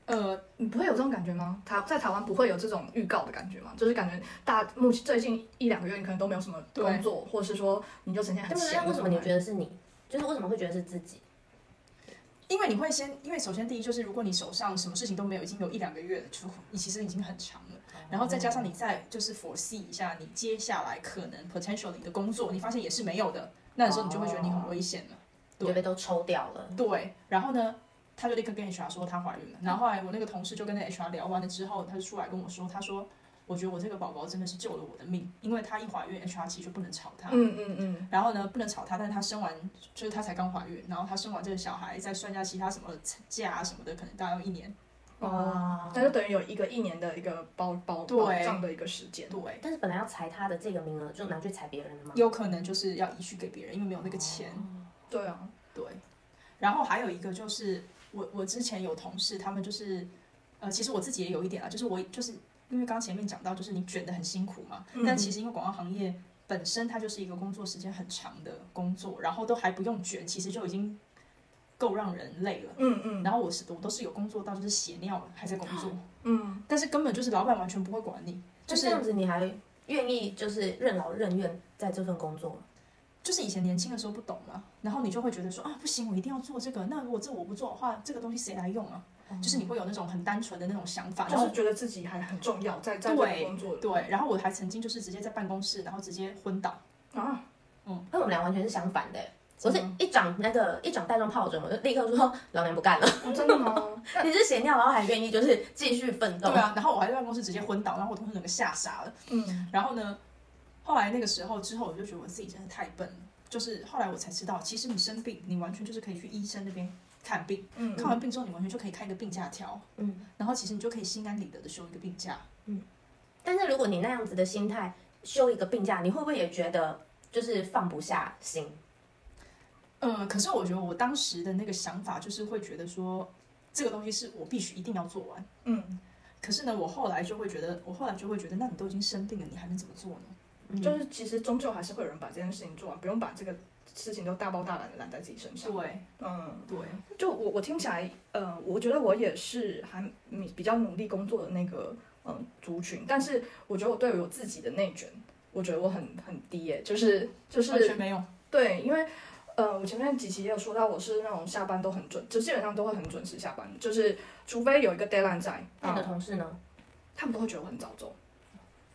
Speaker 1: 呃，
Speaker 2: 你不会有这种感觉吗？台在台湾不会有这种预告的感觉吗？就是感觉大目前最近一两个月你可能都没有什么
Speaker 1: 对
Speaker 2: 工作，或者是说你就整天很
Speaker 3: 对不对？那
Speaker 2: 闲。
Speaker 3: 为什么你觉得是你？就是为什么会觉得是自己？
Speaker 1: 因为你会先，因为首先第一就是，如果你手上什么事情都没有，已经有一两个月了，就你其实已经很长了。然后再加上你再就是 foresee 一下，你接下来可能 potential 你的工作，你发现也是没有的，那时候你就会觉得你很危险了。
Speaker 3: 你就被都抽掉了。
Speaker 1: 对，然后呢，她就立刻跟 HR 说她怀孕了。然后后来我那个同事就跟那 HR 聊完了之后，他就出来跟我说，他说我觉得我这个宝宝真的是救了我的命，因为她一怀孕，HR 其实就不能炒她。
Speaker 2: 嗯嗯嗯，
Speaker 1: 然后呢，不能吵她，但是她生完就是她才刚怀孕，然后她生完这个小孩，再算下其他什么假啊什么的，可能大概要一年。
Speaker 2: 哦，那就等于有一个一年的一个保保
Speaker 1: 对
Speaker 2: 保障的一个时间。
Speaker 1: 对，
Speaker 3: 但是本来要裁他的这个名额，就拿去裁别人的嘛。
Speaker 1: 有可能就是要移去给别人，因为没有那个钱。
Speaker 2: 对啊，
Speaker 1: 对，然后还有一个就是我我之前有同事，他们就是呃，其实我自己也有一点啦，就是我就是因为刚前面讲到，就是你卷得很辛苦嘛，
Speaker 2: 嗯
Speaker 1: 但其实因为广告行业本身它就是一个工作时间很长的工作，然后都还不用卷，其实就已经够让人累了。
Speaker 2: 嗯嗯
Speaker 1: 然后我是我都是有工作到就是血尿了还在工作，
Speaker 2: 嗯。
Speaker 1: 但是根本就是老板完全不会管你，就
Speaker 3: 就是
Speaker 1: 是
Speaker 3: 这样子，你还愿意就是任劳任怨在这份工作吗？
Speaker 1: 就是以前年轻的时候不懂嘛，然后你就会觉得说啊，不行，我一定要做这个。那如果这我不做的话，这个东西谁来用啊？就是你会有那种很单纯的那种想法，
Speaker 2: 哦就
Speaker 1: 然后
Speaker 2: 是觉得自己还很重要，在在这
Speaker 1: 对
Speaker 2: 个工作
Speaker 1: 对，然后我还曾经就是直接在办公室，然后直接昏倒。
Speaker 2: 啊，
Speaker 3: 那我们俩完全是相反的欸。我
Speaker 1: 真
Speaker 3: 是
Speaker 1: 的吗
Speaker 3: 一长那个一长带状疱疹，我就立刻说老娘不干 了。
Speaker 2: 哦真的吗？
Speaker 3: 你是闲尿，然后还愿意就是继续奋斗
Speaker 1: 对。啊，然后我还在办公室直接昏倒，然后我同事整个吓傻了。
Speaker 2: 嗯，
Speaker 1: 然后呢，后来那个时候之后，我就觉得我自己真的太笨了。就是后来我才知道，其实你生病，你完全就是可以去医生那边看病，
Speaker 2: 嗯
Speaker 1: 看完病之后，你完全就可以开一个病假条，
Speaker 3: 嗯，
Speaker 1: 然后其实你就可以心安理得的休一个病假。
Speaker 3: 但是如果你那样子的心态休一个病假，你会不会也觉得就是放不下心？
Speaker 1: 嗯，可是我觉得我当时的那个想法就是会觉得说，这个东西是我必须一定要做完。
Speaker 2: 嗯，
Speaker 1: 可是呢，我后来就会觉得，我后来就会觉得，那你都已经生病了，你还能怎么做呢？
Speaker 2: 就是其实终究还是会有人把这件事情做完，不用把这个事情都大包大揽的揽在自己身上。
Speaker 1: 对
Speaker 2: 嗯，
Speaker 1: 对，
Speaker 2: 就我我听起来，呃，我觉得我也是还嗯比较努力工作的那个嗯、呃族群，但是我觉得我对于我自己的内卷，我觉得我很很低耶、就是就是
Speaker 1: 完全没有。
Speaker 2: 对，因为呃，我前面几期也有说到，我是那种下班都很准，就基本上都会很准时下班，就是除非有一个 deadline 在，
Speaker 1: 嗯
Speaker 3: 那你的
Speaker 2: 啊，
Speaker 3: 同事呢？
Speaker 2: 他们都会觉得我很早走，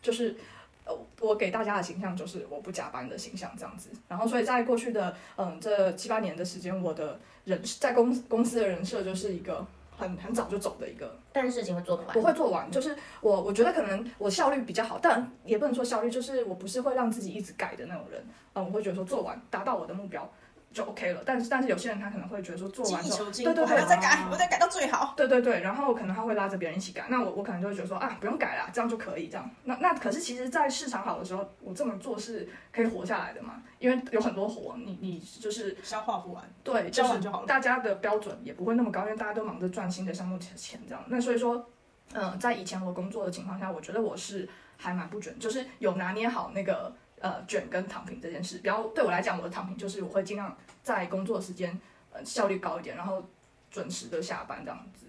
Speaker 2: 就是。呃，我给大家的形象就是我不加班的形象这样子，然后所以在过去的嗯这七八年的时间，我的人在公公司的人设就是一个很很早就走的一个
Speaker 3: 但是事情会做得完。
Speaker 2: 我会做完，就是我我觉得可能我效率比较好，但也不能说效率，就是我不是会让自己一直改的那种人。嗯，我会觉得说做完达到我的目标，就 OK 了。但是但是有些人他可能会觉得说做
Speaker 1: 精
Speaker 2: 完
Speaker 1: 益
Speaker 2: 之后，
Speaker 1: 求精，
Speaker 2: 对对
Speaker 1: 我还要
Speaker 2: 对。
Speaker 1: 再改，我再改到最好。
Speaker 2: 对对对，然后可能他会拉着别人一起改，那我我可能就会觉得说啊，不用改啦，这样就可以这样。那那可是其实，在市场好的时候，我这么做是可以活下来的嘛，因为有很多活，你你就是
Speaker 1: 消化不完，
Speaker 2: 对，
Speaker 1: 交
Speaker 2: 就
Speaker 1: 往
Speaker 2: 是
Speaker 1: 就好了
Speaker 2: 大家的标准也不会那么高，因为大家都忙着赚新的项目钱钱这样。那所以说，嗯、在以前我工作的情况下，我觉得我是还蛮不准，就是有拿捏好那个呃卷跟躺平这件事。比较对我来讲，我的躺平就是我会尽量在工作时间呃效率高一点，然后准时的下班这样子。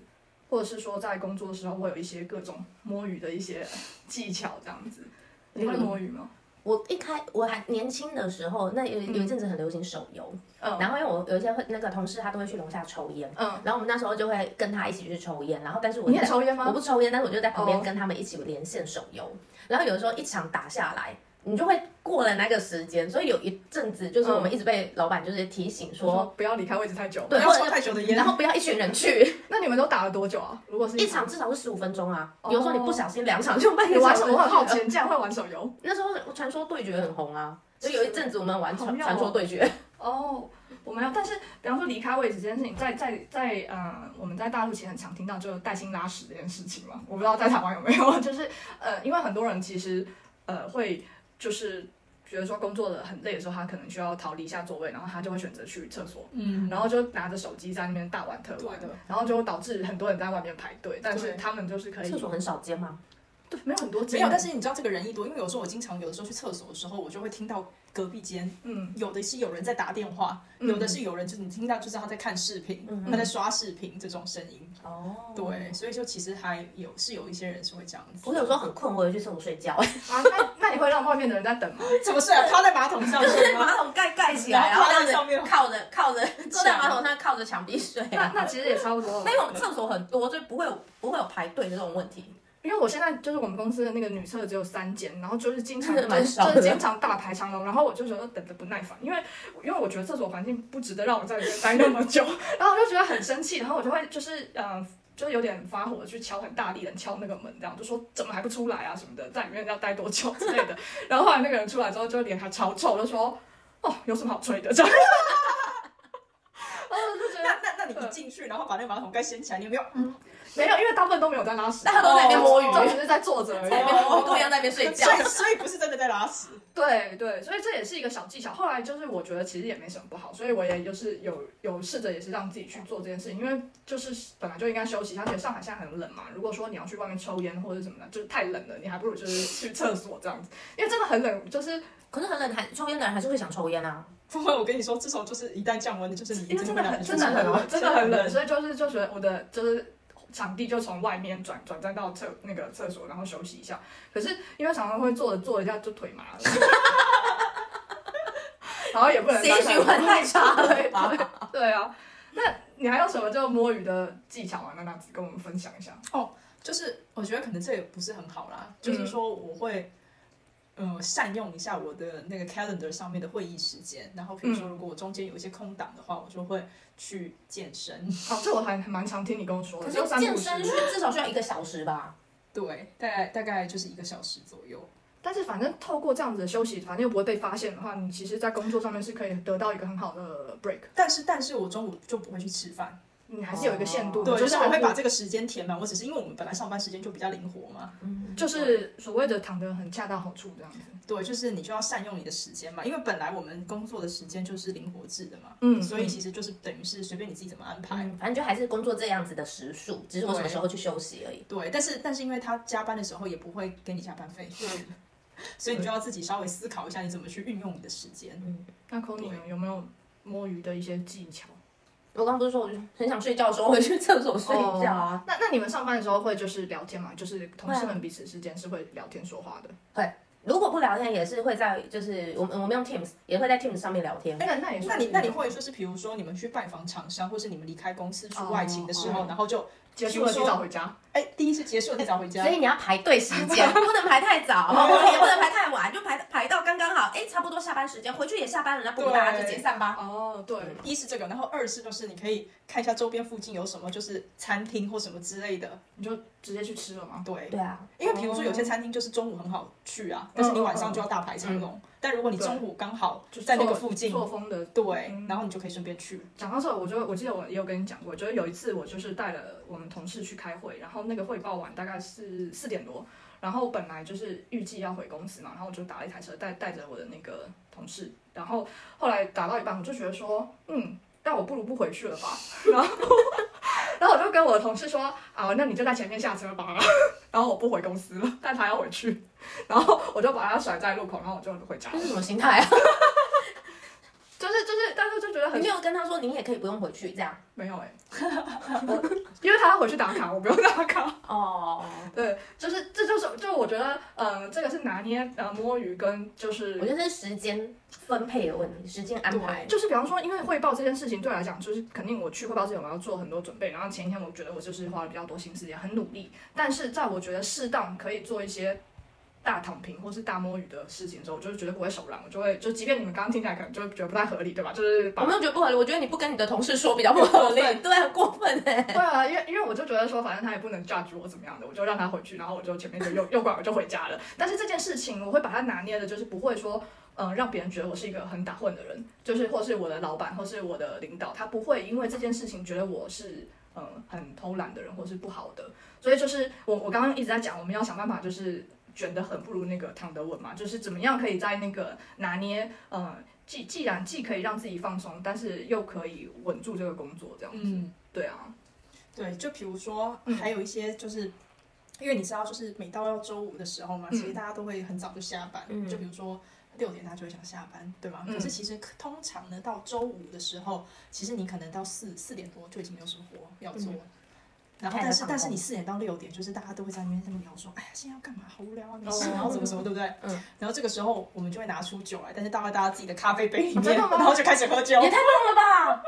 Speaker 2: 或者是说，在工作的时候，我有一些各种摸鱼的 一些技巧，这样子。你会摸鱼吗？
Speaker 3: 我一开我还年轻的时候，那有
Speaker 2: 嗯
Speaker 3: 有一阵子很流行手游，然后因为我有一些会那个同事他都会去楼下抽烟，
Speaker 2: 嗯
Speaker 3: 然后我们那时候就会跟他一起去抽烟，然后但是我
Speaker 2: 你也
Speaker 3: 在
Speaker 2: 抽烟吗
Speaker 3: 我不抽烟，但是我就在旁边
Speaker 2: 哦
Speaker 3: 跟他们一起连线手游，然后有时候一场打下来。你就会过了那个时间，所以有一阵子就是我们一直被老板就是提醒
Speaker 2: 就说
Speaker 3: 说，
Speaker 2: 不要离开位置太久。
Speaker 1: 不
Speaker 3: 对，
Speaker 1: 要
Speaker 3: 或
Speaker 1: 抽
Speaker 3: 者
Speaker 1: 太久的烟
Speaker 3: 然。后不要一群人 去，
Speaker 2: 那你们都打了多久啊？如果是
Speaker 3: 一场至少是十五分钟啊。
Speaker 2: 哦
Speaker 3: 有时候你不小心两场就
Speaker 2: 你
Speaker 3: 半 个小
Speaker 2: 玩
Speaker 3: 时
Speaker 2: 哎什。么？我很好奇，你竟然会玩手游
Speaker 3: 那时候传说对决很红啊，就有一阵子我们玩
Speaker 2: 好
Speaker 3: 传
Speaker 2: 妙哦
Speaker 3: 传说对决，
Speaker 2: 哦。我没有，但是比方说离开位置这件事情，在在在呃，我们在大陆其实很常听到，就是带薪拉屎这件事情嘛。我不知道在台湾有没有， 就是呃，因为很多人其实呃会就是觉得说工作的很累的时候，他可能需要逃离一下座位，然后他就会选择去厕所，
Speaker 1: 嗯，
Speaker 2: 然后就拿着手机在那边大玩特玩
Speaker 1: 对的，
Speaker 2: 然后就导致很多人在外面排队，但是
Speaker 1: 对
Speaker 2: 他们就是可以
Speaker 3: 厕所很少见嘛。
Speaker 2: 对没有很多
Speaker 1: 没有，但
Speaker 2: 是
Speaker 1: 是你知道这个人一多，因为有时候我经常有的时候去厕所的时候，我就会听到隔壁间
Speaker 2: 嗯
Speaker 1: 有的是有人在打电话，
Speaker 2: 嗯
Speaker 1: 有的是有人就是你听到就是他在看视频，
Speaker 3: 嗯
Speaker 1: 他在刷视频这种声音。
Speaker 3: 哦，
Speaker 1: 对，所以就其实还有是有一些人是会这样子。
Speaker 3: 我有时候很困，我也去厕所睡觉，
Speaker 2: 啊，那那你会让外面的人在等吗？
Speaker 1: 怎么睡啊？趴在马桶上睡吗？
Speaker 3: 马桶盖盖起
Speaker 1: 来
Speaker 3: 来，
Speaker 1: 然
Speaker 3: 然
Speaker 1: 后
Speaker 3: 后
Speaker 1: 这
Speaker 3: 这
Speaker 1: 样
Speaker 3: 样
Speaker 1: 子
Speaker 3: 子靠着靠着 坐在马桶上靠着墙壁睡。
Speaker 2: 那那其实也差不多了
Speaker 3: 那。因为我们厕所很多，所以不会有不会有排队的这种问 题。
Speaker 2: 因为我现在就是我们公司的那个女厕只有三间，然后就是经常
Speaker 3: 蛮
Speaker 2: 就是
Speaker 3: 少
Speaker 2: 就
Speaker 3: 的
Speaker 2: 是经常大排长龙，然后我就觉得等的不耐烦，因为因为我觉得厕所环境不值得让我在里面待那么久， 然后我就觉得很生气，然后我就会就是呃。就是有点发火，去敲很大力的敲那个门，这样就说怎么还不出来啊什么的，在里面要待多久之类的。然后后来那个人出来之后，就脸还超臭，就说哦有什么好吹的这 样。然后我就觉得
Speaker 1: 那那那你一进去，然后把那个马桶盖掀起来，你有没有？
Speaker 2: 没有，因为大部分都没有在拉屎，
Speaker 3: 大家都在那边摸鱼
Speaker 2: 都只是在坐着而已，
Speaker 3: 在那边我跟我一样在那边睡觉
Speaker 1: 所。以所以不是真的在拉屎。
Speaker 2: 对对，所以这也是一个小技巧。后来就是我觉得其实也没什么不好，所以我也就是有有试着也是让自己去做这件事情，因为就是本来就应该休息，而且上海现在很冷嘛。如果说你要去外面抽烟或者什么的，就是太冷了，你还不如就是去厕所这样子，因为真的很冷，就是
Speaker 3: 可是很冷，还抽烟的人还是会想抽烟啊。
Speaker 1: 不会，我跟你说，自从就是一旦降温，就是你一
Speaker 2: 因为
Speaker 1: 定
Speaker 2: 真
Speaker 1: 会
Speaker 2: 的
Speaker 1: 让
Speaker 2: 很
Speaker 1: 你
Speaker 2: 真的很
Speaker 1: 受不了
Speaker 2: 冷，真的很冷，。所以就是就觉得我的就是场地就从外面转转战到厕那个厕所，然后休息一下。可是因为常常会坐着坐一下就腿麻了， 然后也不能
Speaker 3: 谁循环太差了
Speaker 2: 对对对啊。那你还有什么就摸鱼的技巧啊？那娜子跟我们分享一下。
Speaker 1: 就是我觉得可能这也不是很好啦，就是说我会。呃，善用一下我的那个 calendar 上面的会议时间，然后比
Speaker 2: 嗯
Speaker 1: 如说，如果我中间有一些空档的话，我就会去健身。
Speaker 2: 哦，这我还还蛮常听你跟我说的，
Speaker 3: 可
Speaker 2: 就是三
Speaker 3: 健
Speaker 2: 不
Speaker 3: 身
Speaker 2: 时
Speaker 3: 是至少需要一个小时吧？
Speaker 1: 对，大概大概就是一个小时左右。
Speaker 2: 但是反正透过这样子的休息，反正又不会被发现的话，你其实在工作上面是可以得到一个很好的 break。
Speaker 1: 但是，但是我中午就不会去吃饭，
Speaker 2: 你还是有一个限度，
Speaker 3: 哦
Speaker 1: 对，
Speaker 2: 就
Speaker 1: 就是我会
Speaker 2: 还不
Speaker 1: 把这个时间填满。我只是因为我们本来上班时间就比较灵活嘛，
Speaker 3: 嗯，
Speaker 2: 就是所谓的躺得很恰到好处这样子。
Speaker 1: 对，就是你就要善用你的时间嘛，因为本来我们工作的时间就是灵活制的嘛，
Speaker 2: 嗯
Speaker 1: 所以其实就是等于是随便你自己怎么安排。
Speaker 3: 嗯反正就还是工作这样子的时数，只是我什么时候去休息而已。
Speaker 1: 对，但是但是因为他加班的时候也不会给你加班费，所以你就要自己稍微思考一下你怎么去运用你的时间。
Speaker 2: 那 c o n 呢有没有摸鱼的一些技巧？
Speaker 3: 我刚不是说我就很想睡觉的时候会去厕所睡觉啊？
Speaker 2: 哦那那你们上班的时候会就是聊天吗？就是同事
Speaker 3: 会
Speaker 1: 啊
Speaker 2: 们彼此之间是会聊天说话的。
Speaker 3: 如果不聊天，也是会在就是我们我们用 Teams 也会在 Teams 上面聊天。
Speaker 2: 那那
Speaker 1: 哎
Speaker 2: 也
Speaker 1: 那
Speaker 2: 算是
Speaker 1: 你那你会就是比如说你们去拜访厂商，或是你们离开公司去外勤的时候，
Speaker 2: 哦
Speaker 1: 然后就
Speaker 2: 结束了
Speaker 1: 比
Speaker 2: 提
Speaker 1: 如说
Speaker 2: 早回家？
Speaker 1: 哎第一次结束了你早回家
Speaker 3: 哦所，以你要排队时间，不能排太早，也不能排太晚，就排排到刚刚好，哎，差不多下班时间，回去也下班了，那不如大家就解散吧。
Speaker 2: 哦，对，
Speaker 1: 一是这个，然后二是就是你可以看一下周边附近有什么就是餐厅或什么之类的，
Speaker 2: 你就直接去吃了吗？
Speaker 1: 对。
Speaker 3: 对啊，
Speaker 1: 因为比如说有
Speaker 2: 哦
Speaker 1: 些餐厅就是中午很好去啊，但是
Speaker 2: 嗯
Speaker 1: 你晚上就要大排长龙。但如果你中午刚好
Speaker 2: 就是
Speaker 1: 在那个
Speaker 2: 错
Speaker 1: 附近，
Speaker 2: 错峰的
Speaker 1: 对，
Speaker 2: 嗯
Speaker 1: 然后你就可以顺便去。
Speaker 2: 讲到这，我就我记得我也有跟你讲过，就是有一次我就是带了我们同事去开会，然后那个汇报完大概是四点多，然后本来就是预计要回公司嘛，然后我就打了一台车带带着我的那个同事，然后后来打到一半，我就觉得说，嗯，那我不如不回去了吧， 然后然后我就跟我的同事说，啊，那你就在前面下车吧， 然后我不回公司了，但他要回去，然后我就把他甩在路口，然后我就回家了
Speaker 3: 这，是什么心态啊？
Speaker 2: 就是就是，但是就觉得
Speaker 3: 你
Speaker 2: 很
Speaker 3: 没有跟他说你也可以不用回去这样
Speaker 2: 没有哎、 我因为他要回去打卡，我不用打卡。
Speaker 3: 哦。
Speaker 2: 对，就是这就是就我觉得，嗯、这个是拿捏呃摸鱼跟就是
Speaker 3: 我觉得是时间分配的问题，时间安排。
Speaker 2: 就是比方说，因为汇报这件事情对我来讲，就是肯定我去汇报之前我要做很多准备，然后前一天我觉得我就是花了比较多心思，也很努力，但是在我觉得适当可以做一些。大躺平或是大摸鱼的事情之后，我就是绝对不会手软，我就会就即便你们刚刚听起来可能就会觉得不太合理，对吧？就是把
Speaker 3: 我没有觉得不合理，我觉得你不跟你的同事说比较不合
Speaker 2: 过，
Speaker 3: 理
Speaker 2: 分
Speaker 3: 对，很过分哎、
Speaker 2: 对啊，因为因为我就觉得说，反正他也不能 judge 我怎么样的，我就让他回去，然后我就前面就右右拐，我就回家了。但是这件事情，我会把它拿捏的，就是不会说，嗯，让别人觉得我是一个很打混的人，就是或是我的老板或是我的领导，他不会因为这件事情觉得我是。嗯，很偷懒的人或是不好的，所以就是我我刚刚一直在讲，我们要想办法就是卷得很不如那个躺得稳嘛，就是怎么样可以在那个拿捏，嗯，既既然既可以让自己放松，但是又可以稳住这个工作这样子，
Speaker 1: 嗯，
Speaker 2: 对啊，
Speaker 1: 对，就比如说
Speaker 2: 嗯
Speaker 1: 还有一些就是。因为你知道，就是每到要周五的时候嘛，
Speaker 2: 嗯
Speaker 1: 其实大家都会很早就下班。
Speaker 3: 嗯
Speaker 1: 就比如说六点，大家就会想下班，对吗？
Speaker 2: 嗯
Speaker 1: 可是其实通常呢，到周五的时候，其实你可能到四四点多就已经没有什么活要做。
Speaker 3: 嗯
Speaker 1: 然后，
Speaker 3: 太阳
Speaker 1: 但是
Speaker 3: 放
Speaker 1: 但是
Speaker 3: 空
Speaker 1: 你四点到六点，就是大家都会在那边在那边聊说，哎呀，现在要干嘛？好无聊啊，没
Speaker 2: 哦
Speaker 1: 事，然后什么什么，对不对？
Speaker 3: 嗯。
Speaker 1: 然后这个时候我们就会拿出酒来，但是倒在大家自己的咖啡杯里
Speaker 2: 哦
Speaker 1: 面，
Speaker 2: 真的吗
Speaker 1: 然后就开始喝酒
Speaker 3: 也。太棒了 吧，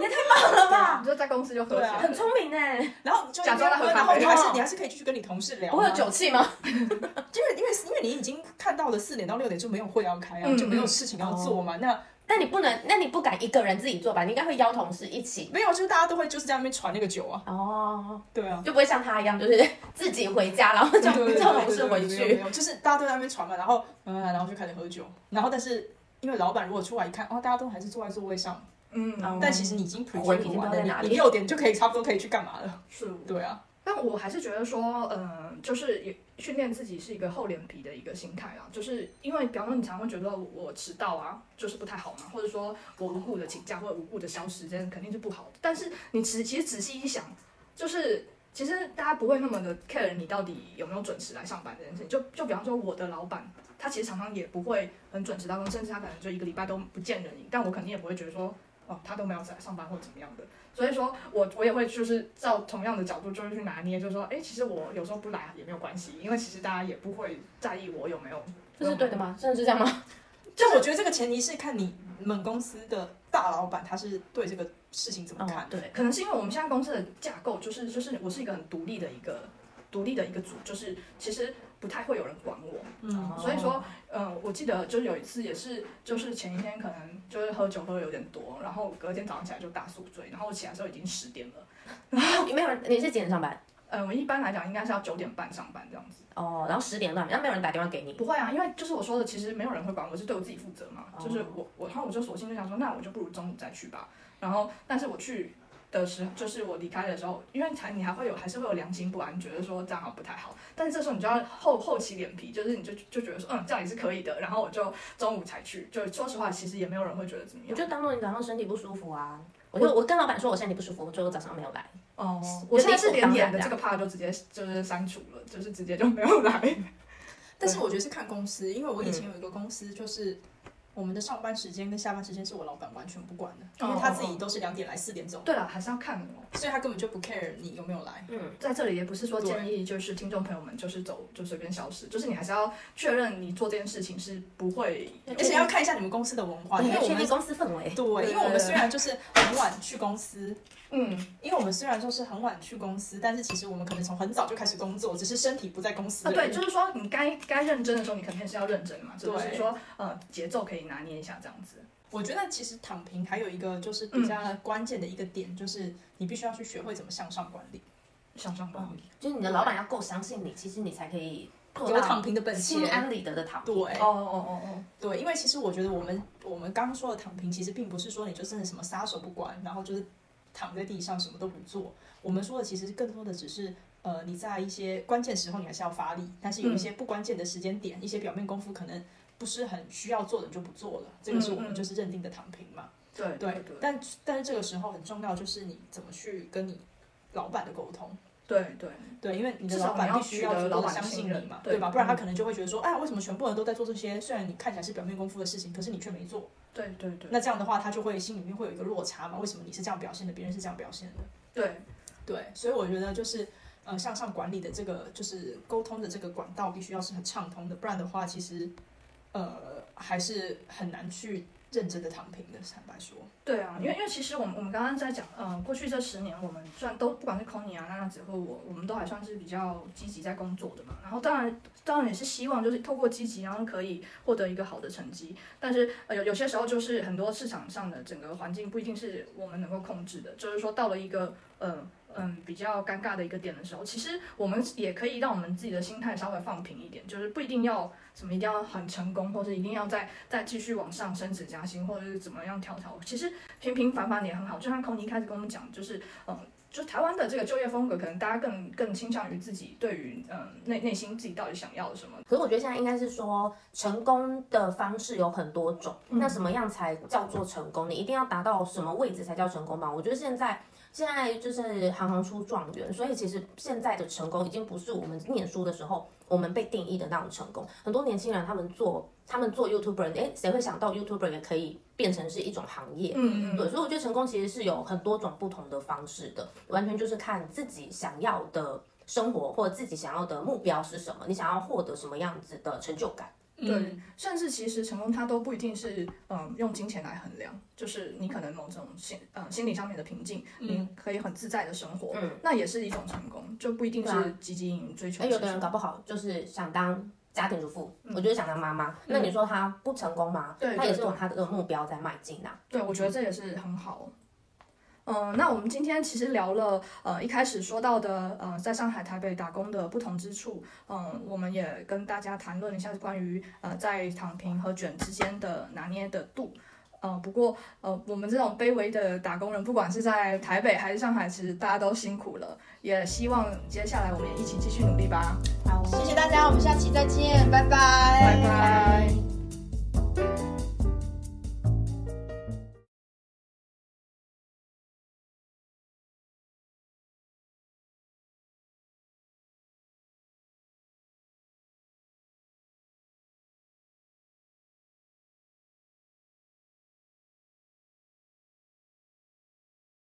Speaker 3: 也太棒了吧，
Speaker 2: 你就在公司就喝
Speaker 1: 对啊
Speaker 2: 酒，
Speaker 3: 很聪明哎、
Speaker 1: 然后你就
Speaker 2: 假装在喝
Speaker 1: 然
Speaker 2: 咖
Speaker 1: 后
Speaker 2: 啡
Speaker 1: 你还是
Speaker 3: 哦
Speaker 1: 你还是可以继续跟你同事聊。
Speaker 3: 我有酒，气吗？
Speaker 1: 因为因为因为你已经看到了四点到六点就没有会要开啊，
Speaker 2: 嗯
Speaker 1: 就没有事情要做嘛。那
Speaker 3: 但你不能，那你不敢一个人自己做吧？你应该会邀同事一起。
Speaker 1: 没有，就是大家都会就是在那边传那个酒啊，
Speaker 3: 哦，
Speaker 1: 对啊。
Speaker 3: 就不会像他一样，就是自己回家，然后叫
Speaker 1: 对对对
Speaker 3: 叫同事啊回
Speaker 1: 对对对
Speaker 3: 去。
Speaker 1: 对就是大家都在那边传嘛，然后嗯，然后就开始喝酒，然后但是因为老板如果出来一看，哦，大家都还是坐在座位上，
Speaker 2: 嗯，
Speaker 1: 但其实你已经 pre
Speaker 3: 魂已经
Speaker 1: d
Speaker 3: 不知
Speaker 1: 完
Speaker 3: 道在哪
Speaker 1: 了，
Speaker 3: 里
Speaker 1: 你六点就可以差不多可以去干嘛了，
Speaker 2: 是。
Speaker 1: 对啊，
Speaker 2: 但我还是觉得说，呃，就是也训练自己是一个厚脸皮的一个心态啊，就是因为，比方说你常会觉得我我迟到啊，就是不太好嘛，或者说我无故的请假或者无故的消失，这样肯定是不好的。但是你其实其实仔细一想，就是其实大家不会那么的 care 你到底有没有准时来上班这件事情。就就比方说我的老板，他其实常常也不会很准时到工，甚至他可能就一个礼拜都不见人影，但我肯定也不会觉得说。哦，他都没有来上班或者怎么样的，所以说我我也会就是照同样的角度就是去拿捏，就是说，哎，其实我有时候不来也没有关系，因为其实大家也不会在意我有没有。
Speaker 3: 这是对的吗？真的是这样吗？
Speaker 1: 就我觉得这个前提是看你们公司的大老板他是对这个事情怎么看。
Speaker 3: 哦对，
Speaker 2: 可能是因为我们现在公司的架构就是就是我是一个很独立的一个独立的一个组，就是其实不太会有人管我，
Speaker 1: 嗯，
Speaker 2: 所以说，嗯，我记得就是有一次也是，就是前一天可能就是喝酒喝的有点多，然后隔天早上起来就大宿醉，然后我起来的时候已经十点了。
Speaker 3: 哦没有人，你是几点上班？
Speaker 2: 嗯，我一般来讲应该是要九点半上班这样子。
Speaker 3: 哦，然后十点半，那没有人打电话给你。
Speaker 2: 不会啊，因为就是我说的，其实没有人会管我，是对我自己负责嘛。就是我我，然后我就索性就想说，那我就不如中午再去吧。然后，但是我去的时候，就是我离开的时候，因为才你还会有还是会有良心不安，觉得说这样好像不太好。但是这时候你就要厚厚起脸皮，就是你就就觉得说，嗯，这样也是可以的。然后我就中午才去，就说实话，其实也没有人会觉得怎么
Speaker 3: 我
Speaker 2: 样。
Speaker 3: 就当做你早上身体不舒服啊。我就我跟老板说我身体不舒服，最后早上没有来。
Speaker 2: 哦、我现在是连演的这个 part 就直接就是删除了，就是直接就没有来。
Speaker 1: 但是我觉得是看公司，因为我以前有一个公司，就是我们的上班时间跟下班时间是我老板完全不管的，因为他自己都是两点来四点走，
Speaker 2: 对了，啊还是要看我。
Speaker 1: 所以他根本就不 care 你有没有来。
Speaker 3: 嗯，
Speaker 2: 在这里也不是说
Speaker 1: 对
Speaker 2: 建议，就是听众朋友们就是走就随便消失，就是你还是要确认你做这件事情是不会有，
Speaker 1: 而且要看一下你们公司的文化，
Speaker 3: 你
Speaker 1: 因为
Speaker 3: 要
Speaker 1: 我
Speaker 3: 确定
Speaker 1: 们
Speaker 3: 公司氛围。
Speaker 1: 对，因为我们虽然就是很晚去公司，
Speaker 2: 嗯，
Speaker 1: 因为我们虽然说是很晚去公司，但是其实我们可能从很早就开始工作，只是身体不在公司
Speaker 2: 啊
Speaker 1: 而已。
Speaker 2: 对，就是说你该该认真的时候，你肯定是要认真嘛，只
Speaker 1: 对
Speaker 2: 是说呃节奏可以拿捏一下这样子。
Speaker 1: 我觉得其实躺平还有一个就是比较关键的一个点，就是你必须要去学会怎么向上管理，
Speaker 2: 向
Speaker 1: 哦
Speaker 2: 上管理
Speaker 3: 就是你的老板要够相信你，其实你才可以做
Speaker 1: 有躺
Speaker 3: 到
Speaker 1: 平的本
Speaker 3: 心
Speaker 1: 钱。
Speaker 3: 安理得的躺平。
Speaker 1: 对
Speaker 2: 哦哦哦哦，
Speaker 1: 对，因为其实我觉得我们我们刚刚说的躺平，其实并不是说你就真的什么撒手不管，然后就是躺在地上什么都不做。我们说的其实更多的只是。呃，你在一些关键时候你还是要发力，但
Speaker 2: 嗯
Speaker 1: 是有一些不关键的时间点，一些表面功夫可能不是很需要做的，你就不做了。这个是我
Speaker 2: 嗯
Speaker 1: 们
Speaker 2: 嗯
Speaker 1: 就是认定的躺平嘛。
Speaker 2: 对
Speaker 1: 对
Speaker 2: 对，
Speaker 1: 但但是这个时候很重要，就是你怎么去跟你老板的沟通，
Speaker 2: 对对，
Speaker 1: 对，因为你的
Speaker 2: 至少
Speaker 1: 老板
Speaker 2: 你要
Speaker 1: 必须
Speaker 2: 取得
Speaker 1: 要足够
Speaker 2: 老
Speaker 1: 的
Speaker 2: 板的
Speaker 1: 相信
Speaker 2: 信
Speaker 1: 你
Speaker 2: 任
Speaker 1: 嘛，
Speaker 2: 对
Speaker 1: 对吧？不然他
Speaker 2: 嗯
Speaker 1: 可能就会觉得说，哎，为什么全部人都在做这些，虽然你看起来是表面功夫的事情，可是你却没做。
Speaker 2: 对对对，
Speaker 1: 那这样的话，他就会心里面会有一个落差嘛？为什么你是这样表现的，别人是这样表现的？
Speaker 2: 对
Speaker 1: 对，所以我觉得就是呃，向上管理的这个就是沟通的这个管道必须要是很畅通的，不然的话，其实呃还是很难去认真的躺平的。坦白说，
Speaker 2: 对啊，因为因为其实我们我们刚刚在讲，呃，过去这十年我们算都不管是 Kony 啊、娜娜子或我，我们都还算是比较积极在工作的嘛。然后当然当然也是希望就是透过积极，然后可以获得一个好的成绩。但是呃有有些时候就是很多市场上的整个环境不一定是我们能够控制的，就是说到了一个呃。嗯，比较尴尬的一个点的时候，其实我们也可以让我们自己的心态稍微放平一点，就是不一定要什么一定要很成功，或者一定要再再继续往上升职加薪，或者是怎么样跳槽。其实平平凡凡也很好。就像 Kony 一开始跟我们讲，就是嗯，就台湾的这个就业风格，可能大家更更倾向于自己对于嗯内内心自己到底想要什么。
Speaker 3: 可是我觉得现在应该是说，成功的方式有很多种，
Speaker 2: 嗯
Speaker 3: 那什么样才叫做成功？你一定要达到什么位置才叫成功吧？我觉得现在现在就是行行出状元，所以其实现在的成功已经不是我们念书的时候我们被定义的那种成功。很多年轻人他们做他们做 YouTuber，哎，谁会想到 YouTuber 也可以变成是一种行业？
Speaker 2: 嗯
Speaker 3: 对，所以我觉得成功其实是有很多种不同的方式的，完全就是看自己想要的生活或者自己想要的目标是什么，你想要获得什么样子的成就感。
Speaker 2: 对，
Speaker 1: 嗯
Speaker 2: 甚至其实成功它都不一定是嗯用金钱来衡量，就是你可能某种心嗯心理上面的平静，你可以很自在的生活，
Speaker 3: 嗯，
Speaker 2: 那也是一种成功，就不一定
Speaker 3: 对
Speaker 2: 是积极营营追求
Speaker 3: 哎，
Speaker 2: 是什么。嗯
Speaker 3: 有的人搞不好就是想当家庭主妇，我就是想当妈妈，那你说他不成功吗？
Speaker 2: 对
Speaker 3: 他
Speaker 2: 对
Speaker 3: 也是
Speaker 2: 对
Speaker 3: 往他的目标在迈进啊。
Speaker 2: 对，我觉得这也是很好。嗯，那我们今天其实聊了，呃，一开始说到的，呃，在上海、台北打工的不同之处，嗯、我们也跟大家谈论一下关于，呃，在躺平和卷之间的拿捏的度。呃，不过，呃，我们这种卑微的打工人，不管是在台北还是上海，其实大家都辛苦了，也希望接下来我们也一起继续努力吧。
Speaker 3: 好，
Speaker 1: 谢谢大家，我们下期再见，拜拜，
Speaker 2: 拜拜